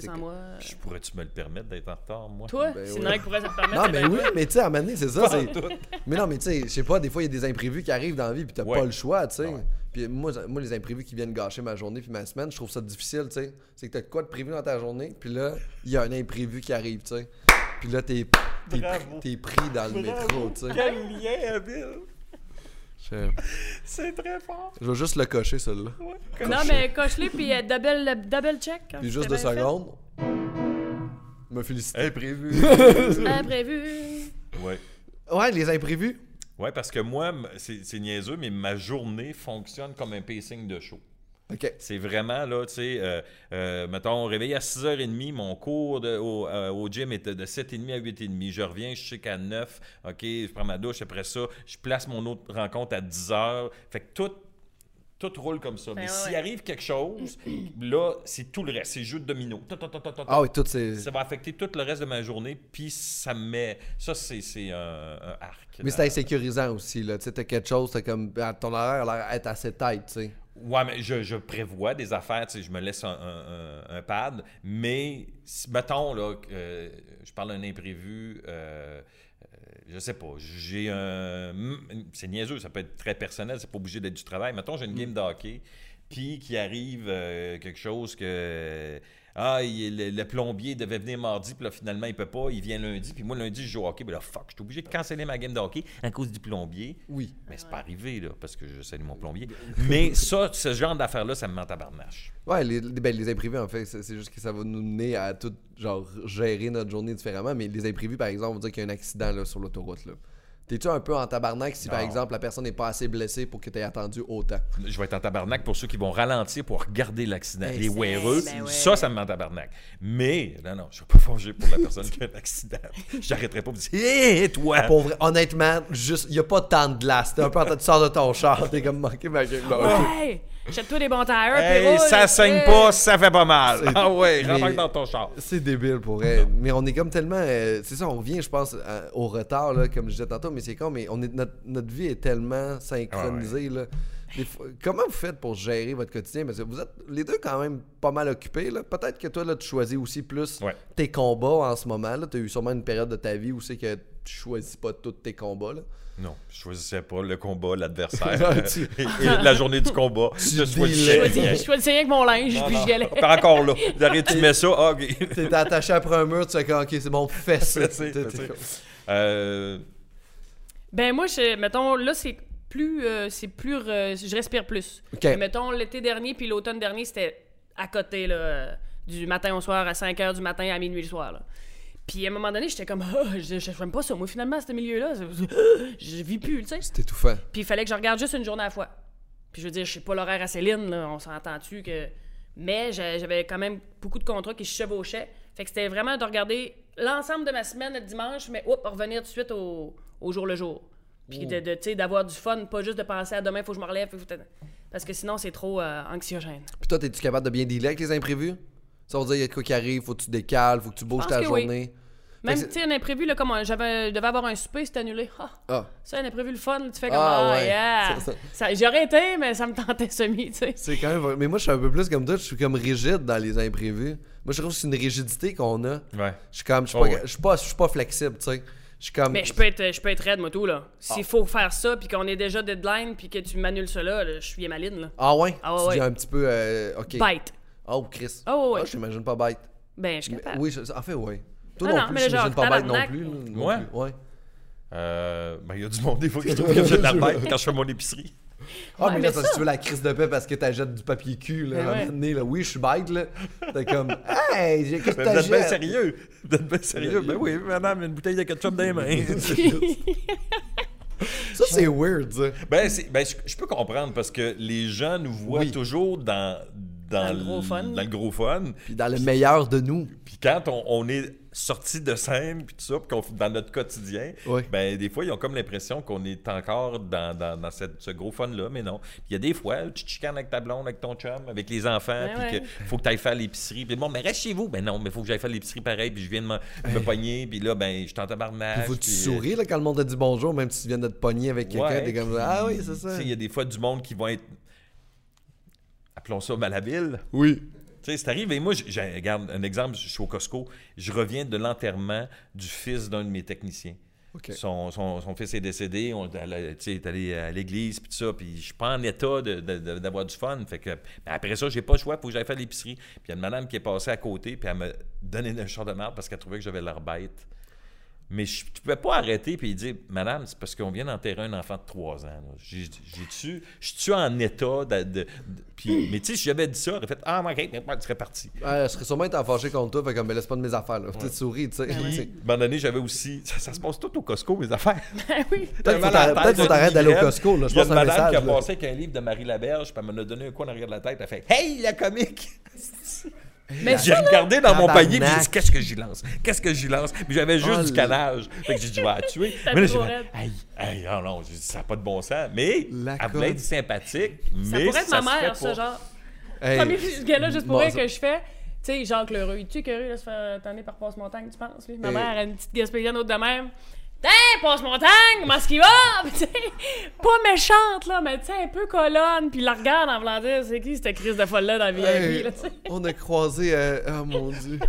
S2: que Ben, c'est
S3: sans
S2: que-
S3: moi.
S1: Je pourrais-tu me le permettre d'être en retard, moi?
S3: Toi,
S2: Ben
S3: c'est
S2: oui.
S3: une règle qui pourrait se le permettre.
S2: Non,
S3: c'est
S2: mais
S3: bien
S2: oui,
S3: toi.
S2: mais tu sais, à un moment donné, c'est ça. c'est- Mais non, mais tu sais, je sais pas, des fois, il y a des imprévus qui arrivent dans la vie, puis t'as
S1: Ouais.
S2: pas le choix, tu sais. Puis moi, ça- moi, les imprévus qui viennent gâcher ma journée puis ma semaine, je trouve ça difficile, tu sais. C'est que t'as de quoi de prévu dans ta journée, puis là, il y a un imprévu qui arrive, tu sais. Puis là, t'es t'es pris, t'es pris dans le métro, tu sais.
S1: lien, Bill!
S2: Je,
S1: C'est très fort.
S2: je vais juste le cocher, celui-là.
S1: ouais.
S3: Non, mais coche-les, puis euh, double, double check. quand
S2: Puis
S3: c'est
S2: juste deux
S3: bien fait.
S2: secondes. Me féliciter.
S1: Imprévu.
S3: Ah, Imprévu.
S1: ouais.
S2: Ouais, les imprévus.
S1: Ouais, parce que moi, m- c'est c'est niaiseux, mais ma journée fonctionne comme un pacing de show.
S2: OK.
S1: C'est vraiment, là, tu sais, euh, euh, mettons, réveillé à 6h30, mon cours de- au, euh, au gym est de 7h30 à 8h30. Je reviens, je sais qu'à 9, OK, je prends ma douche. Après ça, je place mon autre rencontre à 10h. Fait que tout, tout roule comme ça. Mais
S3: Ben ouais,
S1: s'il
S3: ouais.
S1: arrive quelque chose, là, c'est tout le reste. C'est jeu de domino. Ta, ta, ta, ta, ta, ta.
S2: Ah oui, toutes ces.
S1: Ça va affecter tout le reste de ma journée, puis ça me met... Ça, c'est c'est un, un arc.
S2: Mais c'est insécurisant aussi, là. Tu sais, t'as quelque chose, t'as comme. ah, Ton horaire a l'air d'être assez tight, tu sais.
S1: Ouais, mais je, je prévois des affaires, tu sais, je me laisse un, un- un- un pad, mais si- mettons, là, que, euh, je parle d'un imprévu, euh, euh, je sais pas, j'ai un. mm, C'est niaiseux, ça peut être très personnel, c'est pas obligé d'être du travail. Mettons, j'ai une game de hockey, puis qu'il arrive euh, quelque chose que. Ah, il- le, le plombier devait venir mardi, puis là, finalement, il peut pas, il vient lundi, puis moi, lundi, je joue au hockey, ben là, fuck, je suis obligé de canceller ma game de hockey à cause du plombier.
S2: Oui.
S1: Mais c'est pas arrivé, là, parce que je salue mon plombier. Mais ça, ce genre d'affaires-là, ça me met en tabarnache.
S2: Ouais, les, les- ben, les imprévus, en fait, c'est c'est juste que ça va nous mener à tout, genre, gérer notre journée différemment. Mais les imprévus, par exemple, on va dire qu'il y a un accident là, sur l'autoroute, là. T'es-tu un peu en tabarnak si, par
S1: Non.
S2: exemple, la personne n'est pas assez blessée pour que t'aies attendu autant?
S1: Je vais être en tabarnak pour ceux qui vont ralentir pour regarder l'accident.
S2: Ben,
S1: Les
S2: c'est-
S1: weareux,
S3: ben ouais.
S1: ça, ça me met en tabarnak. Mais, non, non, je ne vais pas forger pour la personne qui a un accident. J'arrêterai pas de dire Hé, toi!
S2: Pour vrai, honnêtement, juste, il n'y a pas tant de glace. T'es un peu en train de sortir de ton char, t'es comme manqué ma gueule. Bon, ok.
S3: Hey! Jette-toi des bons tires.
S1: Hey,
S3: puis roule.
S1: ça saigne
S3: Hey!
S1: pas, ça fait pas mal.
S2: C'est-
S1: Ah ouais,
S2: mais-
S1: rentre dans ton char.
S2: C'est débile pour vrai. Mais on est comme tellement. euh, c'est ça, on revient, je pense, à- au retard, là, comme je disais tantôt, mais c'est con, mais on est, notre, notre vie est tellement synchronisée.
S1: Ah
S2: là. Des fois- comment vous faites pour gérer votre quotidien? Parce que vous êtes les deux quand même pas mal occupés. là. Peut-être que toi, là, tu choisis aussi plus
S1: Ouais.
S2: tes combats en ce moment. Tu as eu sûrement une période de ta vie où c'est que tu choisis pas tous tes combats. Là.
S1: Non, je choisissais pas le combat, l'adversaire
S2: Tu-
S1: et, et la journée du combat. Je
S3: Je
S1: choisissais.
S3: choisis- Je choisissais rien que mon linge, puis j'y allais.
S1: Pas encore là. J'arrive, tu mets ça, ah, ok.
S2: T'es attaché après un mur, tu fais comme, ok, c'est bon, fais ça.
S1: Fais ça, fais ça. Euh,
S3: Ben moi, je, mettons, là, c'est plus... euh, c'est plus... euh, je respire plus.
S2: Ok.
S3: Mais mettons, l'été dernier puis l'automne dernier, c'était à côté, là, euh, du matin au soir, à 5 heures du matin à minuit le soir, là. Puis à un moment donné, j'étais comme, Ah, je, je, j'aime pas ça. Moi, finalement, ce milieu-là, c'est- je vis plus, tu sais.
S2: C'est étouffant.
S3: Puis il fallait que je regarde juste une journée à la fois. Puis je veux dire, je sais pas l'horaire à Céline, là, on s'entend-tu que. Mais j'a- j'avais quand même beaucoup de contrats qui se chevauchaient. Fait que c'était vraiment de regarder l'ensemble de ma semaine le dimanche, mais oups, revenir tout de suite au, au jour le jour. Puis
S2: Mmh.
S3: de, de, tu sais, d'avoir du fun, pas juste de penser à demain, faut que je me relève. faut que- Parce que sinon, c'est trop euh, anxiogène.
S2: Puis toi, es-tu capable de bien dealer avec les imprévus? Ça veut dire, il y a de quoi qui arrive, faut que tu décales, faut que tu bouges
S3: Pense
S2: ta
S3: que oui.
S2: journée.
S3: Même,
S2: c'est-
S3: tu sais, un imprévu, là, comme on- j'avais, je devais avoir un souper, c'était annulé. Ah,
S2: Ah,
S3: ça, un imprévu, le fun, tu fais comme,
S2: Ah,
S3: ah,
S2: ouais. Ça-
S3: yeah.
S2: ça-
S3: Ça- j'aurais été, mais ça me tentait semi, tu sais.
S2: c'est quand même. Mais moi, je suis un peu plus comme toi, je suis comme rigide dans les imprévus. Moi, je trouve que c'est une rigidité qu'on a.
S1: ouais.
S2: Je suis comme, je suis
S1: Oh,
S2: pas,
S1: ouais.
S2: je suis pas, je suis pas flexible, tu sais. Je suis comme.
S3: Mais je peux être, je peux être raide, moi, tout, là. S'il
S2: Ah.
S3: faut faire ça, puis qu'on est déjà deadline, puis que tu m'annules cela, là, je suis maline, là.
S2: Ah ouais?
S3: Ah ouais,
S2: Tu
S3: ouais.
S2: dis un petit peu. euh, ok.
S3: Bite.
S2: Oh, Chris.
S3: Ah ouais, ouais.
S2: Ah, je t'imagine pas bête.
S3: Ben, je suis
S2: Mais-
S3: capable.
S2: oui, je- en fait, oui. Toi
S3: Ah
S2: non,
S3: non,
S2: plus,
S3: mais
S2: je
S3: le
S2: t'imagine
S3: genre
S2: pas bête non
S3: tabarnak.
S2: plus. là, non
S1: Ouais.
S2: plus. Ouais.
S1: Euh, ben, il y a du monde des fois qui trouve que j'ai de la bête quand je fais mon épicerie.
S2: Ah,
S3: Ouais,
S2: mais,
S3: mais
S2: là, ça,
S3: ça-
S2: si tu veux la crise de paix parce que t'achètes du papier cul, là, à un
S3: Mais
S2: moment
S3: ouais.
S2: donné, là. Oui, je suis bête, là. T'es comme, hey, j'ai qu'est-ce que
S1: Mais vous êtes bien
S2: t'achètes?
S1: sérieux. Vous êtes bien sérieux. Ben oui, madame, une bouteille de ketchup dans les mains.
S2: Ça, c'est weird, ça.
S1: ben, c'est- ben, je, je peux comprendre parce que les gens nous voient
S2: Oui.
S1: toujours dans, dans,
S3: Dans le gros fun.
S1: dans le gros fun.
S2: Puis dans le meilleur de nous.
S1: Puis quand on, on est sorti de scène, puis tout ça, puis qu'on fait dans notre quotidien,
S2: Oui.
S1: ben des fois, ils ont comme l'impression qu'on est encore dans, dans, dans cette- ce gros fun-là, mais non. Puis il y a des fois, tu te chicanes avec ta blonde, avec ton chum, avec les enfants,
S3: Ben
S1: puis
S3: ouais.
S1: que faut que tu ailles faire l'épicerie. Puis bon, mais reste chez vous. Ben non, mais faut que j'aille faire l'épicerie pareil, puis je viens de me, me pogner, puis là, ben je suis en tabarnak.
S2: Il faut que tu
S1: puis, euh,
S2: souris là, quand le monde te dit bonjour, même si tu viens de te pogner avec quelqu'un,
S1: Ouais,
S2: t'es comme
S1: puis,
S2: Ah oui, c'est
S1: tu
S2: ça.
S1: sais, Il y a des fois du monde qui vont être. Appelons ça malhabile.
S2: Oui.
S1: Tu sais, c'est arrivé. Et moi, j- j'ai- regarde, un exemple, je suis au Costco. Je reviens de l'enterrement du fils d'un de mes techniciens.
S2: OK.
S1: Son, son- son fils est décédé, on est allé- tu sais, est allé à l'église, puis tout ça, puis je suis pas en état de- de- de- d'avoir du fun. Fait que, mais après ça, j'ai pas le choix, faut que j'aille faire l'épicerie. Puis il y a une madame qui est passée à côté, puis elle me donnait un char de marde parce qu'elle trouvait que j'avais l'air bête. Mais je ne pouvais pas arrêter et dire Madame, c'est parce qu'on vient d'enterrer un enfant de 3 ans. là. J'ai j'ai tu je suis en état de. de- de- puis- mais tu sais, si j'avais dit ça, elle aurait fait Ah, ok, tu serais parti.
S2: Ouais, Ah, je serais sûrement été fâché contre toi, fait comme, mais laisse pas de mes affaires, là. Petite souris, tu sais.
S3: Ben
S1: Puis,
S2: Tu
S1: à
S2: sais.
S1: un moment donné, j'avais aussi. Ça, ça se passe tout au Costco, mes affaires.
S3: Ben oui.
S2: Peut-être
S1: T'as
S2: faut
S1: mal à la
S2: t'arr-
S1: tête,
S2: peut-être faut
S1: t'as
S2: t'arrêter
S1: une
S2: d'aller au
S1: migraine.
S2: Costco, là. Je
S1: Il y a
S2: pense
S1: une
S2: que c'est un
S1: madame
S2: message.
S1: qui a
S2: là.
S1: passé avec un livre de Marie Laberge, puis elle m'en a donné un coup en arrière de la tête. Elle fait Hey, la comique
S3: Mais
S1: J'ai regardé dans mon
S2: Tabarnak.
S1: panier, puis j'ai dit Qu'est-ce que j'y lance Qu'est-ce que j'y lance Puis j'avais juste
S2: Oh
S1: du
S2: là.
S1: canage. Fait que j'ai dit Je vais la tuer.
S3: T'as
S1: mais là,
S3: trop
S1: j'ai
S3: raide.
S1: fait Aïe, aïe, non, non, j'ai dit, ça n'a pas de bon sens. Mais
S2: La
S1: elle voulait être
S2: com-
S1: sympathique.
S3: ça
S1: mais
S3: pourrait être
S1: ça
S3: ma
S1: se
S3: mère,
S1: fait
S3: ça,
S1: pas.
S3: genre.
S2: Hey,
S3: Premier Ah, ce gars-là, juste pour
S2: bon,
S3: rire
S2: ça-
S3: que je fais. Tu sais, Jacques Lheureux, tu es curieux, là, se fait t'en es par Passe-Montagne, tu penses? Lui, ma
S2: Et-
S3: mère, elle a une petite Gaspésienne autre de même. T'es Passe-Montagne, comment est-ce qu'il va? Puis, tu sais, pas méchante, là, mais tu sais, un peu colonne, puis il la regarde en voulant dire, c'est qui cette crise de folle-là dans la vie?
S2: hey,
S3: là, tu sais?
S2: on a croisé. euh, oh mon dieu.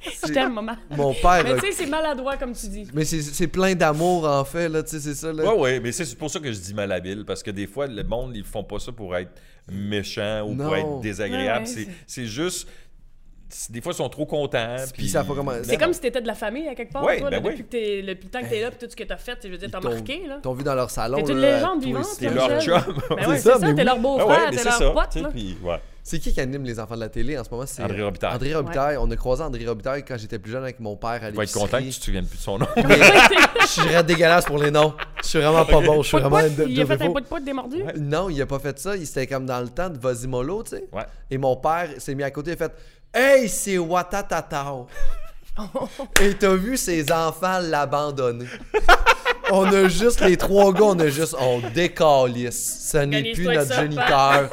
S3: Je t'aime, maman.
S2: Mon père.
S3: Mais
S2: a-
S3: tu sais, c'est maladroit, comme tu dis.
S2: Mais c'est c'est plein d'amour, en fait, là, tu sais, c'est ça, là.
S1: Oui, oui, mais c'est pour ça que je dis malhabile, parce que des fois, le monde, ils font pas ça pour être méchant ou
S2: Non.
S1: pour être désagréable.
S3: Ouais, ouais,
S1: C'est- c'est juste. c'est- Des fois, ils sont trop contents.
S2: Puis ça a pas comment-
S3: C'est comme si t'étais de la famille, à quelque part,
S1: Ben Ouais,
S3: toi, là,
S1: ben oui.
S3: depuis que t'es- le, puis le temps que t'es là, puis tout ce que t'as fait, tu sais, je veux dire, t'as
S2: T'ont-
S3: marqué, là.
S2: T'ont vu dans leur salon.
S3: T'es une
S2: là, à
S3: légende
S2: tous
S3: vivante,
S2: les-
S1: T'es
S3: là.
S1: leur
S3: Michel.
S1: chum.
S3: Ben
S2: C'est
S3: ouais,
S2: ça,
S3: c'est ça,
S2: mais
S3: t'es
S2: oui.
S3: leur
S1: Ah ouais,
S3: beau-frère,
S1: mais
S3: t'es
S1: c'est
S3: leur
S1: ça.
S3: pote,
S1: tu sais,
S3: là.
S1: puis, ouais.
S2: C'est qui qui anime les enfants de la télé en ce moment? C'est
S1: André Robitaille.
S2: André Robitaille. On a croisé André Robitaille quand j'étais plus jeune avec mon père à
S1: Tu vas être content que tu te
S2: l'épicerie.
S1: souviennes plus de son nom.
S2: Je suis vraiment dégueulasse pour les noms. Je suis vraiment pas bon. Je suis
S3: Pas de
S2: vraiment
S3: pote,
S2: une de,
S3: il a
S2: de
S3: fait un
S2: défaut.
S3: pot de pote démordu.
S1: Ouais.
S2: Non, il a pas fait ça. Il C'était comme dans le temps de Vasimolo, tu sais.
S1: Ouais.
S2: Et mon père s'est mis à côté et a fait Hey, c'est Watatatao. et t'as vu ses enfants l'abandonner. on a juste les trois gars, on a juste on décalisse. Ça n'est plus
S3: Organise-toi
S2: notre
S3: ça,
S2: géniteur.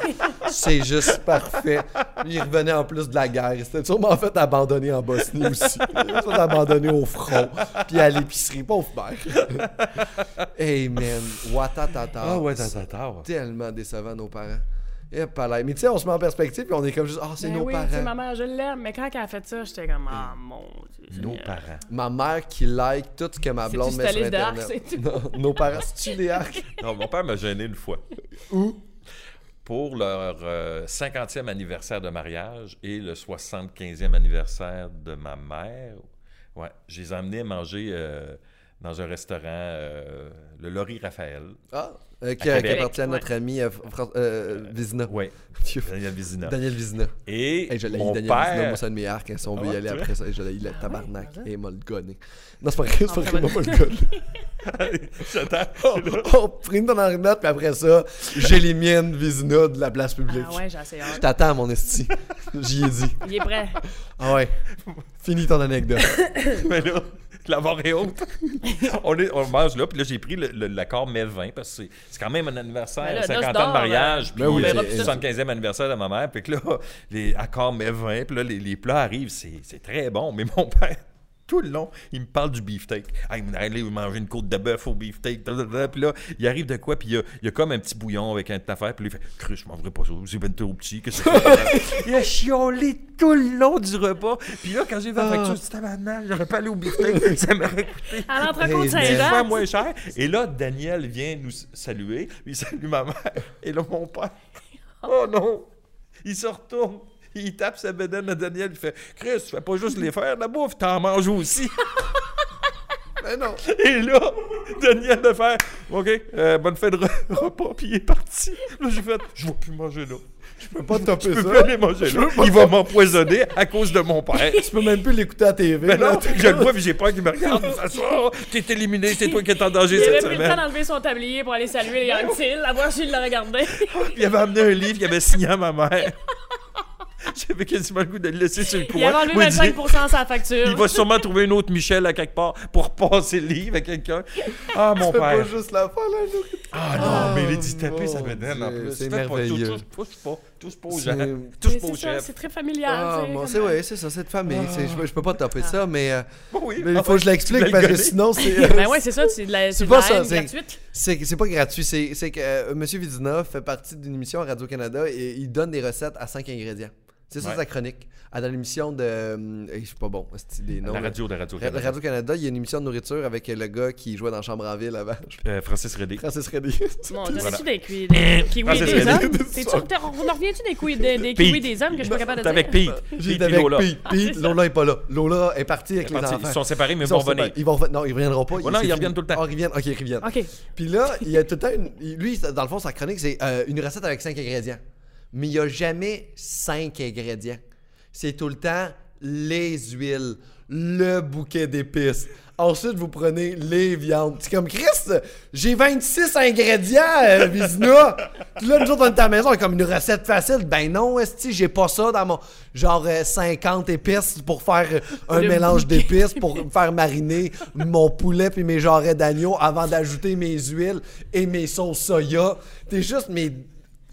S2: C'est juste parfait. Lui, il revenait en plus de la guerre. Il s'était sûrement fait abandonner en Bosnie aussi. Il s'était fait abandonner au front. Puis à l'épicerie, pauvre mère. hey man, Watatatao
S1: Ah tard.
S2: tellement décevant nos parents. Et palais. Mais tu sais, on se met en perspective puis on est comme juste Ah, c'est
S3: Ben
S2: nos
S3: oui, tu sais,
S2: parents. Mm.
S3: ma mère, je l'aime, mais quand elle a fait ça, j'étais comme, ah mon dieu.
S1: Nos
S3: Seigneur.
S1: parents.
S2: Ma mère qui like tout ce que ma
S3: C'est-tu
S2: blonde met sur
S3: Stalis de Arc,
S2: Internet.
S3: c'est tout?
S2: Non, nos parents, c'est-tu les arcs?
S1: Non, mon père m'a gêné une fois. Où? Pour leur euh, 50e anniversaire de mariage et le 75e anniversaire de ma mère, ouais, je les ai emmenés manger euh, dans un restaurant, euh, le Laurie Raphaël.
S2: Ah, euh, qui,
S1: Québec.
S2: qui appartient à notre
S3: Ouais.
S2: ami euh, Fran- euh, Vizina.
S1: Oui,
S2: Dieu.
S1: Daniel Vizina.
S2: Daniel Vizina.
S1: Et
S2: Hey, je l'ai
S1: mon
S2: Daniel Vizina, moi
S1: père...
S2: c'est un de mes arcs, hein, si on
S1: Ah
S2: veut y
S1: ouais,
S2: aller
S1: tu vois?
S2: après ça, je l'ai le tabarnak
S3: Ah ouais,
S2: et il m'a le gonné. Non, c'est pas vrai, c'est pas vrai,
S3: Ah, ça
S2: il
S3: va.
S2: m'a pas le gonné.
S1: J'attends.
S2: On prit une dans la note, puis après ça, j'élimine Vizina de la place publique.
S3: Ah ouais, j'ai assez
S2: Je
S3: hâte.
S2: t'attends, mon esti. J'y ai dit.
S3: Il est prêt.
S2: Ah ouais. Finis ton anecdote.
S1: Mais là, la barre est haute. on, est, on mange là, puis là, j'ai pris le- le- l'accord mai 20 parce que c'est- c'est quand même un
S3: Ben
S1: anniversaire,
S3: là, hein.
S1: 50
S3: noce
S1: ans
S3: d'or,
S1: de mariage, puis
S2: ben oui,
S1: euh,
S2: c'est-
S1: 75e anniversaire de ma mère. Puis que là, les accords mai 20, puis là, les, les plats arrivent, c'est c'est très bon. Mais mon père, tout le long, il me parle du beefsteak. Ah, Hey, vous allez manger une côte de bœuf au beefsteak. da, da, da. Puis là, il arrive de quoi, puis il y a, il y a comme un petit bouillon avec un affaire, puis lui, il fait Cru, je m'en voudrais pas ça, c'est ben trop petit. qu'est-ce que c'est? il a chiolé tout le long du repas. Puis là, quand j'ai vu la facture, je dis Tabarnak, j'aurais pas allé au beefsteak, ça m'aurait coûté
S3: À
S2: Hey,
S3: l'entrecôte
S1: dix fois
S3: Saint-Jean.
S1: moins cher. Et là, Daniel vient nous saluer. Il salue ma mère. Et là, mon père. Oh non! Il se retourne. Il tape sa bédaine à Daniel. Il fait Chris, tu fais pas juste les faire de la bouffe, t'en manges aussi.
S2: Mais non.
S1: Et là, Daniel de faire OK, euh, bonne fin de re- repas. Puis il est parti. Là, j'ai fait Je vais plus manger là.
S2: Tu peux pas taper
S1: Je peux
S2: ça.
S1: plus aller manger là. Il va m'empoisonner à cause de mon père.
S2: Tu peux même plus l'écouter à la TV.
S1: Mais
S2: là.
S1: non, je le vois, puis j'ai peur qu'il me regarde. Il me fasse, Oh, T'es éliminé, c'est toi qui es en danger
S3: Il avait
S1: cette
S3: pris le temps
S1: semaine.
S3: d'enlever son tablier pour aller saluer les Yankees, à voir s'il l'a regardé.
S1: Il avait amené un livre, il avait signé à ma mère. J'avais quasiment le goût de le laisser sur le coin.
S3: Il avait enlevé
S1: Moi, il dit,
S3: 25 de sa facture.
S1: Il va sûrement trouver une autre Michel à quelque part pour passer le livre à quelqu'un. Ah, mon
S2: Tu peux pas
S1: père.
S2: juste la faire, là. nous.
S1: Ah non, mais il est dit
S2: mon
S1: taper sa bédaine en
S2: Dieu,
S1: plus.
S2: c'est
S1: Fais pas-
S2: merveilleux.
S1: Touche, touche pas, touche pas au
S2: C'est-
S1: chef.
S3: Mais
S1: Touche pas
S3: C'est
S1: au
S3: ça,
S1: chef.
S3: c'est très familial.
S2: Ah,
S3: tu sais,
S2: bon,
S3: comme-
S2: c'est ouais, c'est ça, cette famille. c'est- Je, peux- je peux pas taper ça, mais, euh,
S1: Bon, oui.
S2: mais il
S1: Ah,
S2: faut que je l'explique
S1: tu
S2: parce que
S1: l'as
S2: sinon, c'est.
S3: Ben ouais, c'est ça, c'est de la, c'est de
S2: pas
S3: la
S2: ça,
S3: haine
S2: c'est-
S3: gratuite.
S2: C'est c'est pas gratuit, c'est c'est que euh, Monsieur Vidina fait partie d'une émission à Radio-Canada et il donne des recettes à 5 ingrédients. C'est ça
S1: Ouais.
S2: sa chronique. Ah, Dans l'émission de. euh, hey, je suis pas bon, c'est des noms.
S1: la
S2: là.
S1: radio de
S2: Ra-
S1: Radio-Canada.
S2: Radio-Canada, il y a une émission de nourriture avec le gars qui jouait dans Chambre en ville avant.
S1: Euh, Francis Redé.
S2: Francis Reddy.
S3: Mon Dieu,
S1: Voilà.
S3: tu des kiwis, des kiwis
S1: Ah, c'est
S3: des
S1: ça.
S3: hommes? T'es-tu- On en revient-tu des, kiwis- des, des kiwis
S1: Pete.
S3: des hommes que je suis pas capable
S1: T'es
S3: de
S1: avec
S3: dire?
S1: Pete. Pete
S2: J'étais
S1: et
S2: avec
S1: Lola.
S2: Pete. Pete, Lola est pas là. Lola est partie avec
S1: Ils
S2: les
S1: sont partis-
S2: enfants.
S1: Ils sont séparés, mais
S2: Ils
S1: ils vont
S2: sont séparés.
S1: revenir.
S2: Ils vont revenir. Non, ils reviendront pas.
S1: non,
S2: c'est
S1: ils
S2: fini.
S1: reviennent tout le temps.
S2: Ah, ils reviennent. Ok, ils reviennent.
S3: OK.
S2: Puis là, il y a tout le temps une- Lui, ça- dans le fond, sa chronique, c'est euh, une recette avec cinq ingrédients. Mais il n'y a jamais cinq ingrédients. C'est tout le temps les huiles, le bouquet d'épices. Ensuite, vous prenez les viandes. C'est comme Chris, j'ai 26 ingrédients, euh, Vizina. Puis là, nous autres, on est à la maison, comme une recette facile. Ben non, Esti, j'ai pas ça dans mon. Genre euh, 50 épices pour faire euh, un
S3: Le
S2: mélange
S3: bouquet
S2: d'épices pour faire mariner mon poulet puis mes jarrets d'agneau avant d'ajouter mes huiles et mes sauces soya. T'es juste mes.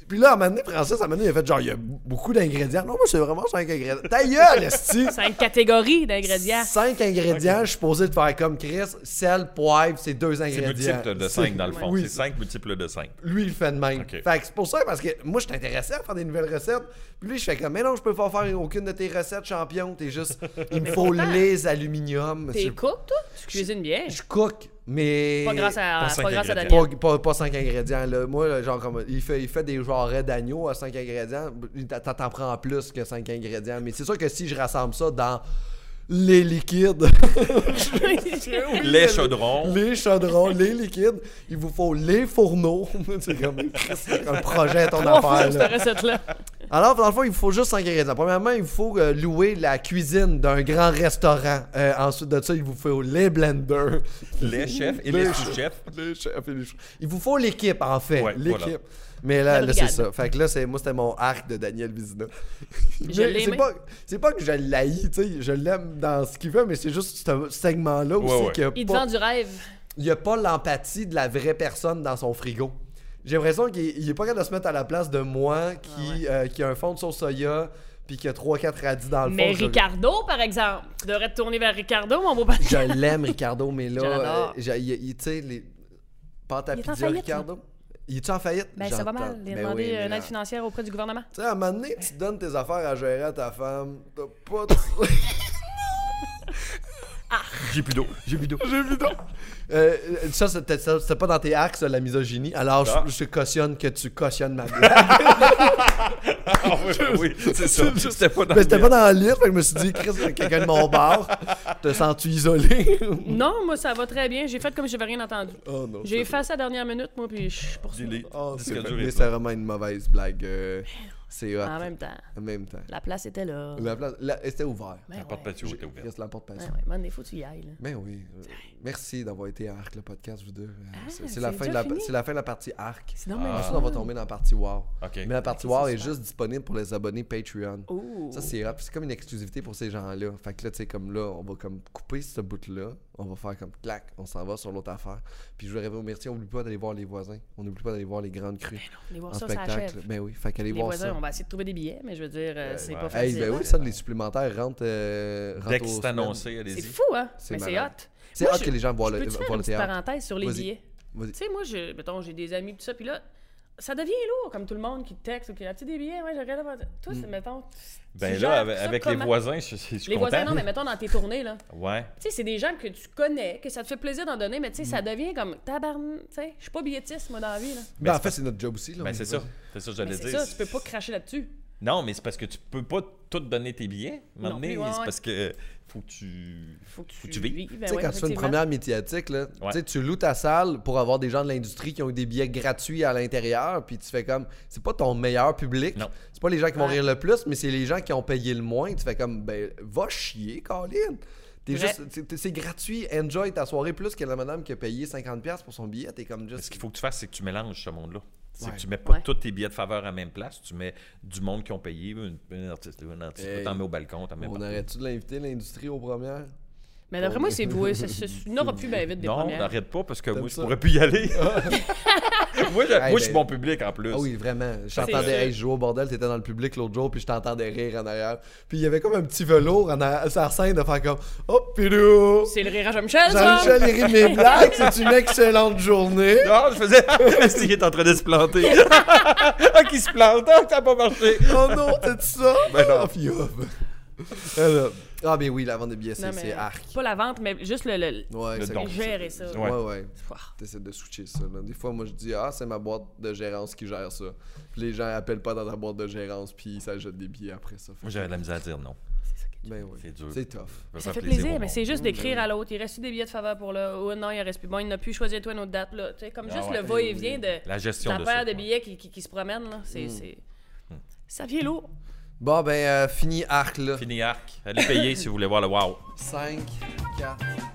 S2: Puis là, à un moment donné, Francis, à un moment donné, il a fait genre, il y a beaucoup d'ingrédients. Non, moi, c'est vraiment cinq ingrédients. Ta gueule, esti!
S3: Cinq catégories d'ingrédients.
S2: Cinq ingrédients, je suis posé de faire comme Chris, sel, poivre, c'est deux
S1: C'est
S2: ingrédients.
S1: multiple de 5 dans le fond.
S2: Oui,
S1: C'est 5 multiples de 5.
S2: lui, il le fait de même.
S1: Ok.
S2: Fait que c'est pour ça, parce que moi, je t'intéressais à faire des nouvelles recettes. Puis lui, je fais comme, mais non, je peux pas faire aucune de tes recettes, champion. T'es juste, il me faut
S3: pourtant,
S2: les aluminium.
S3: T'es
S2: Je-
S3: cook, toi? Tu cuisines bien.
S2: Je cook, mais.
S3: Pas grâce à,
S1: Pas cinq
S3: pas grâce à
S1: ingrédients.
S3: Daniel.
S2: Pas, pas- pas cinq ingrédients, là. Moi, là, genre, comme, il fait, il fait des genres d'agneau à cinq ingrédients. Il t'a- T'en prends plus que cinq ingrédients. Mais c'est sûr que si je rassemble ça dans les liquides,
S1: Les chaudrons.
S2: les chaudrons, les liquides, il vous faut les fourneaux. c'est comme Chris, c'est un projet à ton
S3: Trois
S2: affaire,
S3: fois
S2: là.
S3: cette recette-là.
S2: Alors, dans le fond, il faut juste 5 ingrédients. Premièrement, il faut euh, louer la cuisine d'un grand restaurant. Euh, ensuite de ça, il vous faut les blenders.
S1: Les chefs et les sous-chefs.
S2: Les chefs et les chefs. Il vous faut l'équipe, en fait.
S1: Ouais,
S2: l'équipe.
S1: voilà.
S2: Mais là,
S3: La
S2: là c'est
S3: brigade.
S2: ça. Fait que là, c'est, moi, c'était mon arc de Daniel Vizina. Mais
S3: Je l'ai
S2: c'est
S3: aimé.
S2: pas, c'est pas que je l'haïs, tu sais. Je l'aime dans ce qu'il veut, mais c'est juste ce segment-là aussi
S1: Ouais, ouais.
S2: qu'il y a
S3: Il te
S2: pas-
S3: vend du rêve.
S2: il n'y a pas l'empathie de la vraie personne dans son frigo. J'ai l'impression qu'il il est pas capable de se mettre à la place de moi qui,
S3: Ah
S2: euh, qui a un fond de sauce soya puis qui a 3-4 radis dans le fond.
S3: Mais
S2: Je-
S3: Ricardo, par exemple. Tu devrais te tourner vers Ricardo, mon beau-père.
S2: Je l'aime, Ricardo, mais là,
S3: Je l'adore.
S2: euh, j'ai- il- il- tu sais, les pâtes à
S3: Il est en
S2: pizza,
S3: faillite,
S2: Ricardo. Il est-tu en faillite?
S3: Ben, ça va
S2: J'entends.
S3: mal. Il a
S2: Ben
S3: demandé
S2: oui, mais
S3: euh, une
S2: là-
S3: aide financière auprès du gouvernement.
S2: Tu sais, à un moment donné, tu donnes tes affaires à gérer à ta femme. T'as pas de-
S1: J'ai plus d'eau. J'ai plus d'eau.
S2: J'ai vu donc. Euh, ça, c'était ça, c'était pas dans tes arcs, ça, la misogynie. Alors, je-
S1: Ah.
S2: je, cautionne que tu cautionnes ma blague.
S1: Ah oui, oui, c'est ça. C'était pas dans
S2: Mais c'était
S1: le-
S2: pas dans le livre, fait que je me suis dit, Chris, il y a quelqu'un de mon bar, te sens-tu isolé?
S3: Non, moi, ça va très bien. J'ai fait comme si j'avais rien entendu.
S2: oh non.
S3: J'ai effacé à la dernière minute, moi, puis je poursuis.
S1: Delete.
S2: Oh,
S1: Disque
S2: c'est
S1: dur est
S2: mais
S1: là.
S2: c'est vraiment une mauvaise blague. euh, c'est hot.
S3: En même temps,
S2: En même temps.
S3: la place était là.
S2: La place, la- c'était ouvert.
S3: Ben
S1: La
S3: ouais.
S1: porte patio était ouverte.
S2: Chris, la porte
S3: Ben
S2: passion.
S3: ouais, man, des fois, tu y ailles, là.
S2: Mais oui. euh, merci d'avoir été à Arc, le podcast, vous deux. Euh, c'est, c'est
S3: c'est
S2: la fin de
S3: Ah, déjà
S2: la,
S3: fini?
S2: c'est la fin de la partie Arc. Ah.
S3: C'est normal.
S2: Ensuite, on va tomber dans la partie Wow.
S1: OK.
S2: Mais la partie
S3: Ok,
S2: Wow
S3: c'est
S2: est
S3: super.
S2: juste disponible pour les abonnés Patreon.
S3: Oh.
S2: Ça, c'est rap. C'est comme une exclusivité pour ces gens-là. Fait que là, tu sais, comme là, on va comme couper ce bout-là. On va faire comme clac, on s'en va sur l'autre affaire. Puis je vais rêver au métier. On n'oublie pas d'aller voir les voisins. On n'oublie pas d'aller voir les grandes crues
S3: Les
S2: en
S3: voir Ben ça, ça
S2: spectacle.
S3: achève.
S2: Ben oui, fait qu'aller
S3: Les
S2: voir
S3: voisins,
S2: ça.
S3: on va essayer de trouver des billets, mais je veux dire, euh, c'est
S1: ouais.
S3: pas
S2: Hey,
S3: facile.
S2: ben oui, ça, les supplémentaires rentrent. euh,
S1: Dès
S2: rentrent
S1: que
S2: aux
S1: c'est
S2: semaines.
S1: annoncé,
S3: c'est
S1: allez-y.
S3: fou, hein?
S2: C'est
S3: Mais c'est
S2: malade.
S3: hot.
S2: C'est
S3: Moi,
S2: hot
S3: je-
S2: que les gens voient
S3: Je
S2: le,
S3: peux te faire
S2: voient
S3: une
S2: le
S3: petite
S2: théâtre.
S3: parenthèse sur les
S2: Vas-y.
S3: billets?
S2: Vas-y.
S3: Tu sais, moi, je, mettons, j'ai des amis, tout ça, puis là, ça devient lourd, comme tout le monde qui te texte, ou qui a petit des billets, ouais, j'ai rien à Toi,
S2: Mm.
S3: c'est, mettons. tu-
S1: Ben
S3: tu
S1: là,
S3: gères
S1: avec,
S3: ça
S1: avec les
S3: comment?
S1: voisins, je, je- je suis
S3: Les
S1: content.
S3: voisins, non, mais mettons dans tes tournées, là.
S1: Ouais.
S3: Tu sais, c'est des gens que tu connais, que ça te fait plaisir d'en donner, mais tu sais,
S2: Mm.
S3: ça devient comme tabarn. Tu sais, je suis pas billettiste, moi, dans la vie, là.
S2: Ben, en
S1: c'est
S2: fait, c'est notre job aussi. Là,
S1: Ben
S2: on
S1: c'est
S2: y
S1: ça.
S2: va.
S1: C'est ça que
S3: Mais
S1: j'allais
S3: c'est
S1: dire.
S3: ça, tu peux pas cracher là-dessus.
S1: Non, mais c'est parce que tu peux pas tout donner tes billets. à un moment
S3: Non
S1: donné,
S3: plus, ouais,
S1: c'est
S3: ouais.
S1: parce que faut que tu.
S3: Faut que tu,
S1: tu vives.
S3: ben
S2: tu sais, quand tu fais
S3: ouais,
S2: une
S3: effectivement.
S2: première médiatique, là, tu
S1: Ouais.
S2: sais, tu loues ta salle pour avoir des gens de l'industrie qui ont eu des billets gratuits à l'intérieur, puis tu fais comme, c'est pas ton meilleur public.
S1: Non.
S2: C'est pas les gens qui vont
S3: Ouais.
S2: rire le plus, mais c'est les gens qui ont payé le moins. Tu fais comme, ben, va chier, Colin. T'es
S3: Vrai.
S2: juste, c'est- c'est gratuit, enjoy ta soirée plus que la madame qui a payé 50$ pour son billet. T'es comme
S1: Mais Ce
S2: juste.
S1: qu'il faut que tu fasses, c'est que tu mélanges ce monde-là. C'est
S2: Ouais.
S1: que tu mets pas
S3: Ouais.
S1: tous tes billets de faveur à la même place. Tu mets du monde qui ont payé, une, une artiste, une artiste.
S2: Hey.
S1: T'en mets au balcon, t'en mets
S2: On
S1: partout.
S2: arrête-tu de l'inviter, l'industrie, aux premières?
S3: Mais d'après moi, c'est voué. ça- ça- Il n'y aura plus bien vite des
S1: Non,
S3: premières.
S1: n'arrête pas parce que
S2: T'aimes
S1: moi, je
S2: ça?
S1: pourrais plus y aller. moi, je,
S2: Hey,
S1: moi, je suis
S2: ben-
S1: bon public en plus.
S2: Ah oui, vraiment. Je
S3: sûr.
S2: t'entendais, hey, je jouais au bordel, t'étais dans le public l'autre jour, puis je t'entendais rire en arrière. Puis il y avait comme un petit velours en arrière, sur la scène de faire comme Hop, pilou!
S3: C'est le rire à Jean-Michel, ça!
S2: Jean-Michel il rit de mes blagues, c'est une excellente journée.
S1: Non, je faisais. Il est en train de se planter. ah, qui se plante. Ah, ça n'a pas marché.
S2: Oh non, c'est ça?
S1: Ben non.
S2: Ah, puis hop. Alors, ah, mais oui, la vente de billets,
S3: Non,
S2: c'est
S3: mais
S2: c'est arc.
S3: Pas la vente, mais juste le. le- le-
S2: Ouais,
S1: Le
S2: exact.
S1: don.
S3: gérer ça.
S1: Ouais.
S2: Ouais, ouais.
S3: Ouah.
S2: T'essaies de switcher ça. là. Des fois, moi, je dis, ah, c'est ma boîte de gérance qui gère ça. Puis les gens appellent pas dans ta boîte de gérance, puis ça jette des billets après ça. Fait
S1: Moi, j'avais de la misère à dire non.
S2: que- Ben oui.
S1: C'est dur.
S2: C'est tough.
S1: Je veux
S3: Ça
S1: faire
S3: fait plaisir,
S1: au
S3: mais
S1: monde.
S3: c'est juste d'écrire à l'autre. Il reste des billets de faveur pour le. Oh non, il reste plus. Bon, il n'a plus. Choisis-toi une autre date. Là. Tu sais, Comme
S1: Ah
S3: juste
S1: ouais.
S3: le va-et-vient de
S1: La gestion
S3: ta
S1: de
S3: paire
S1: ça, Hmm.
S3: de
S1: ouais.
S3: billets qui, qui- qui se promènent. Là. C'est, c'est- Ça vient lourd.
S2: Bon, ben, euh, fini arc, là.
S1: Fini arc. Allez payer si vous voulez voir le wow.
S2: 5, 4,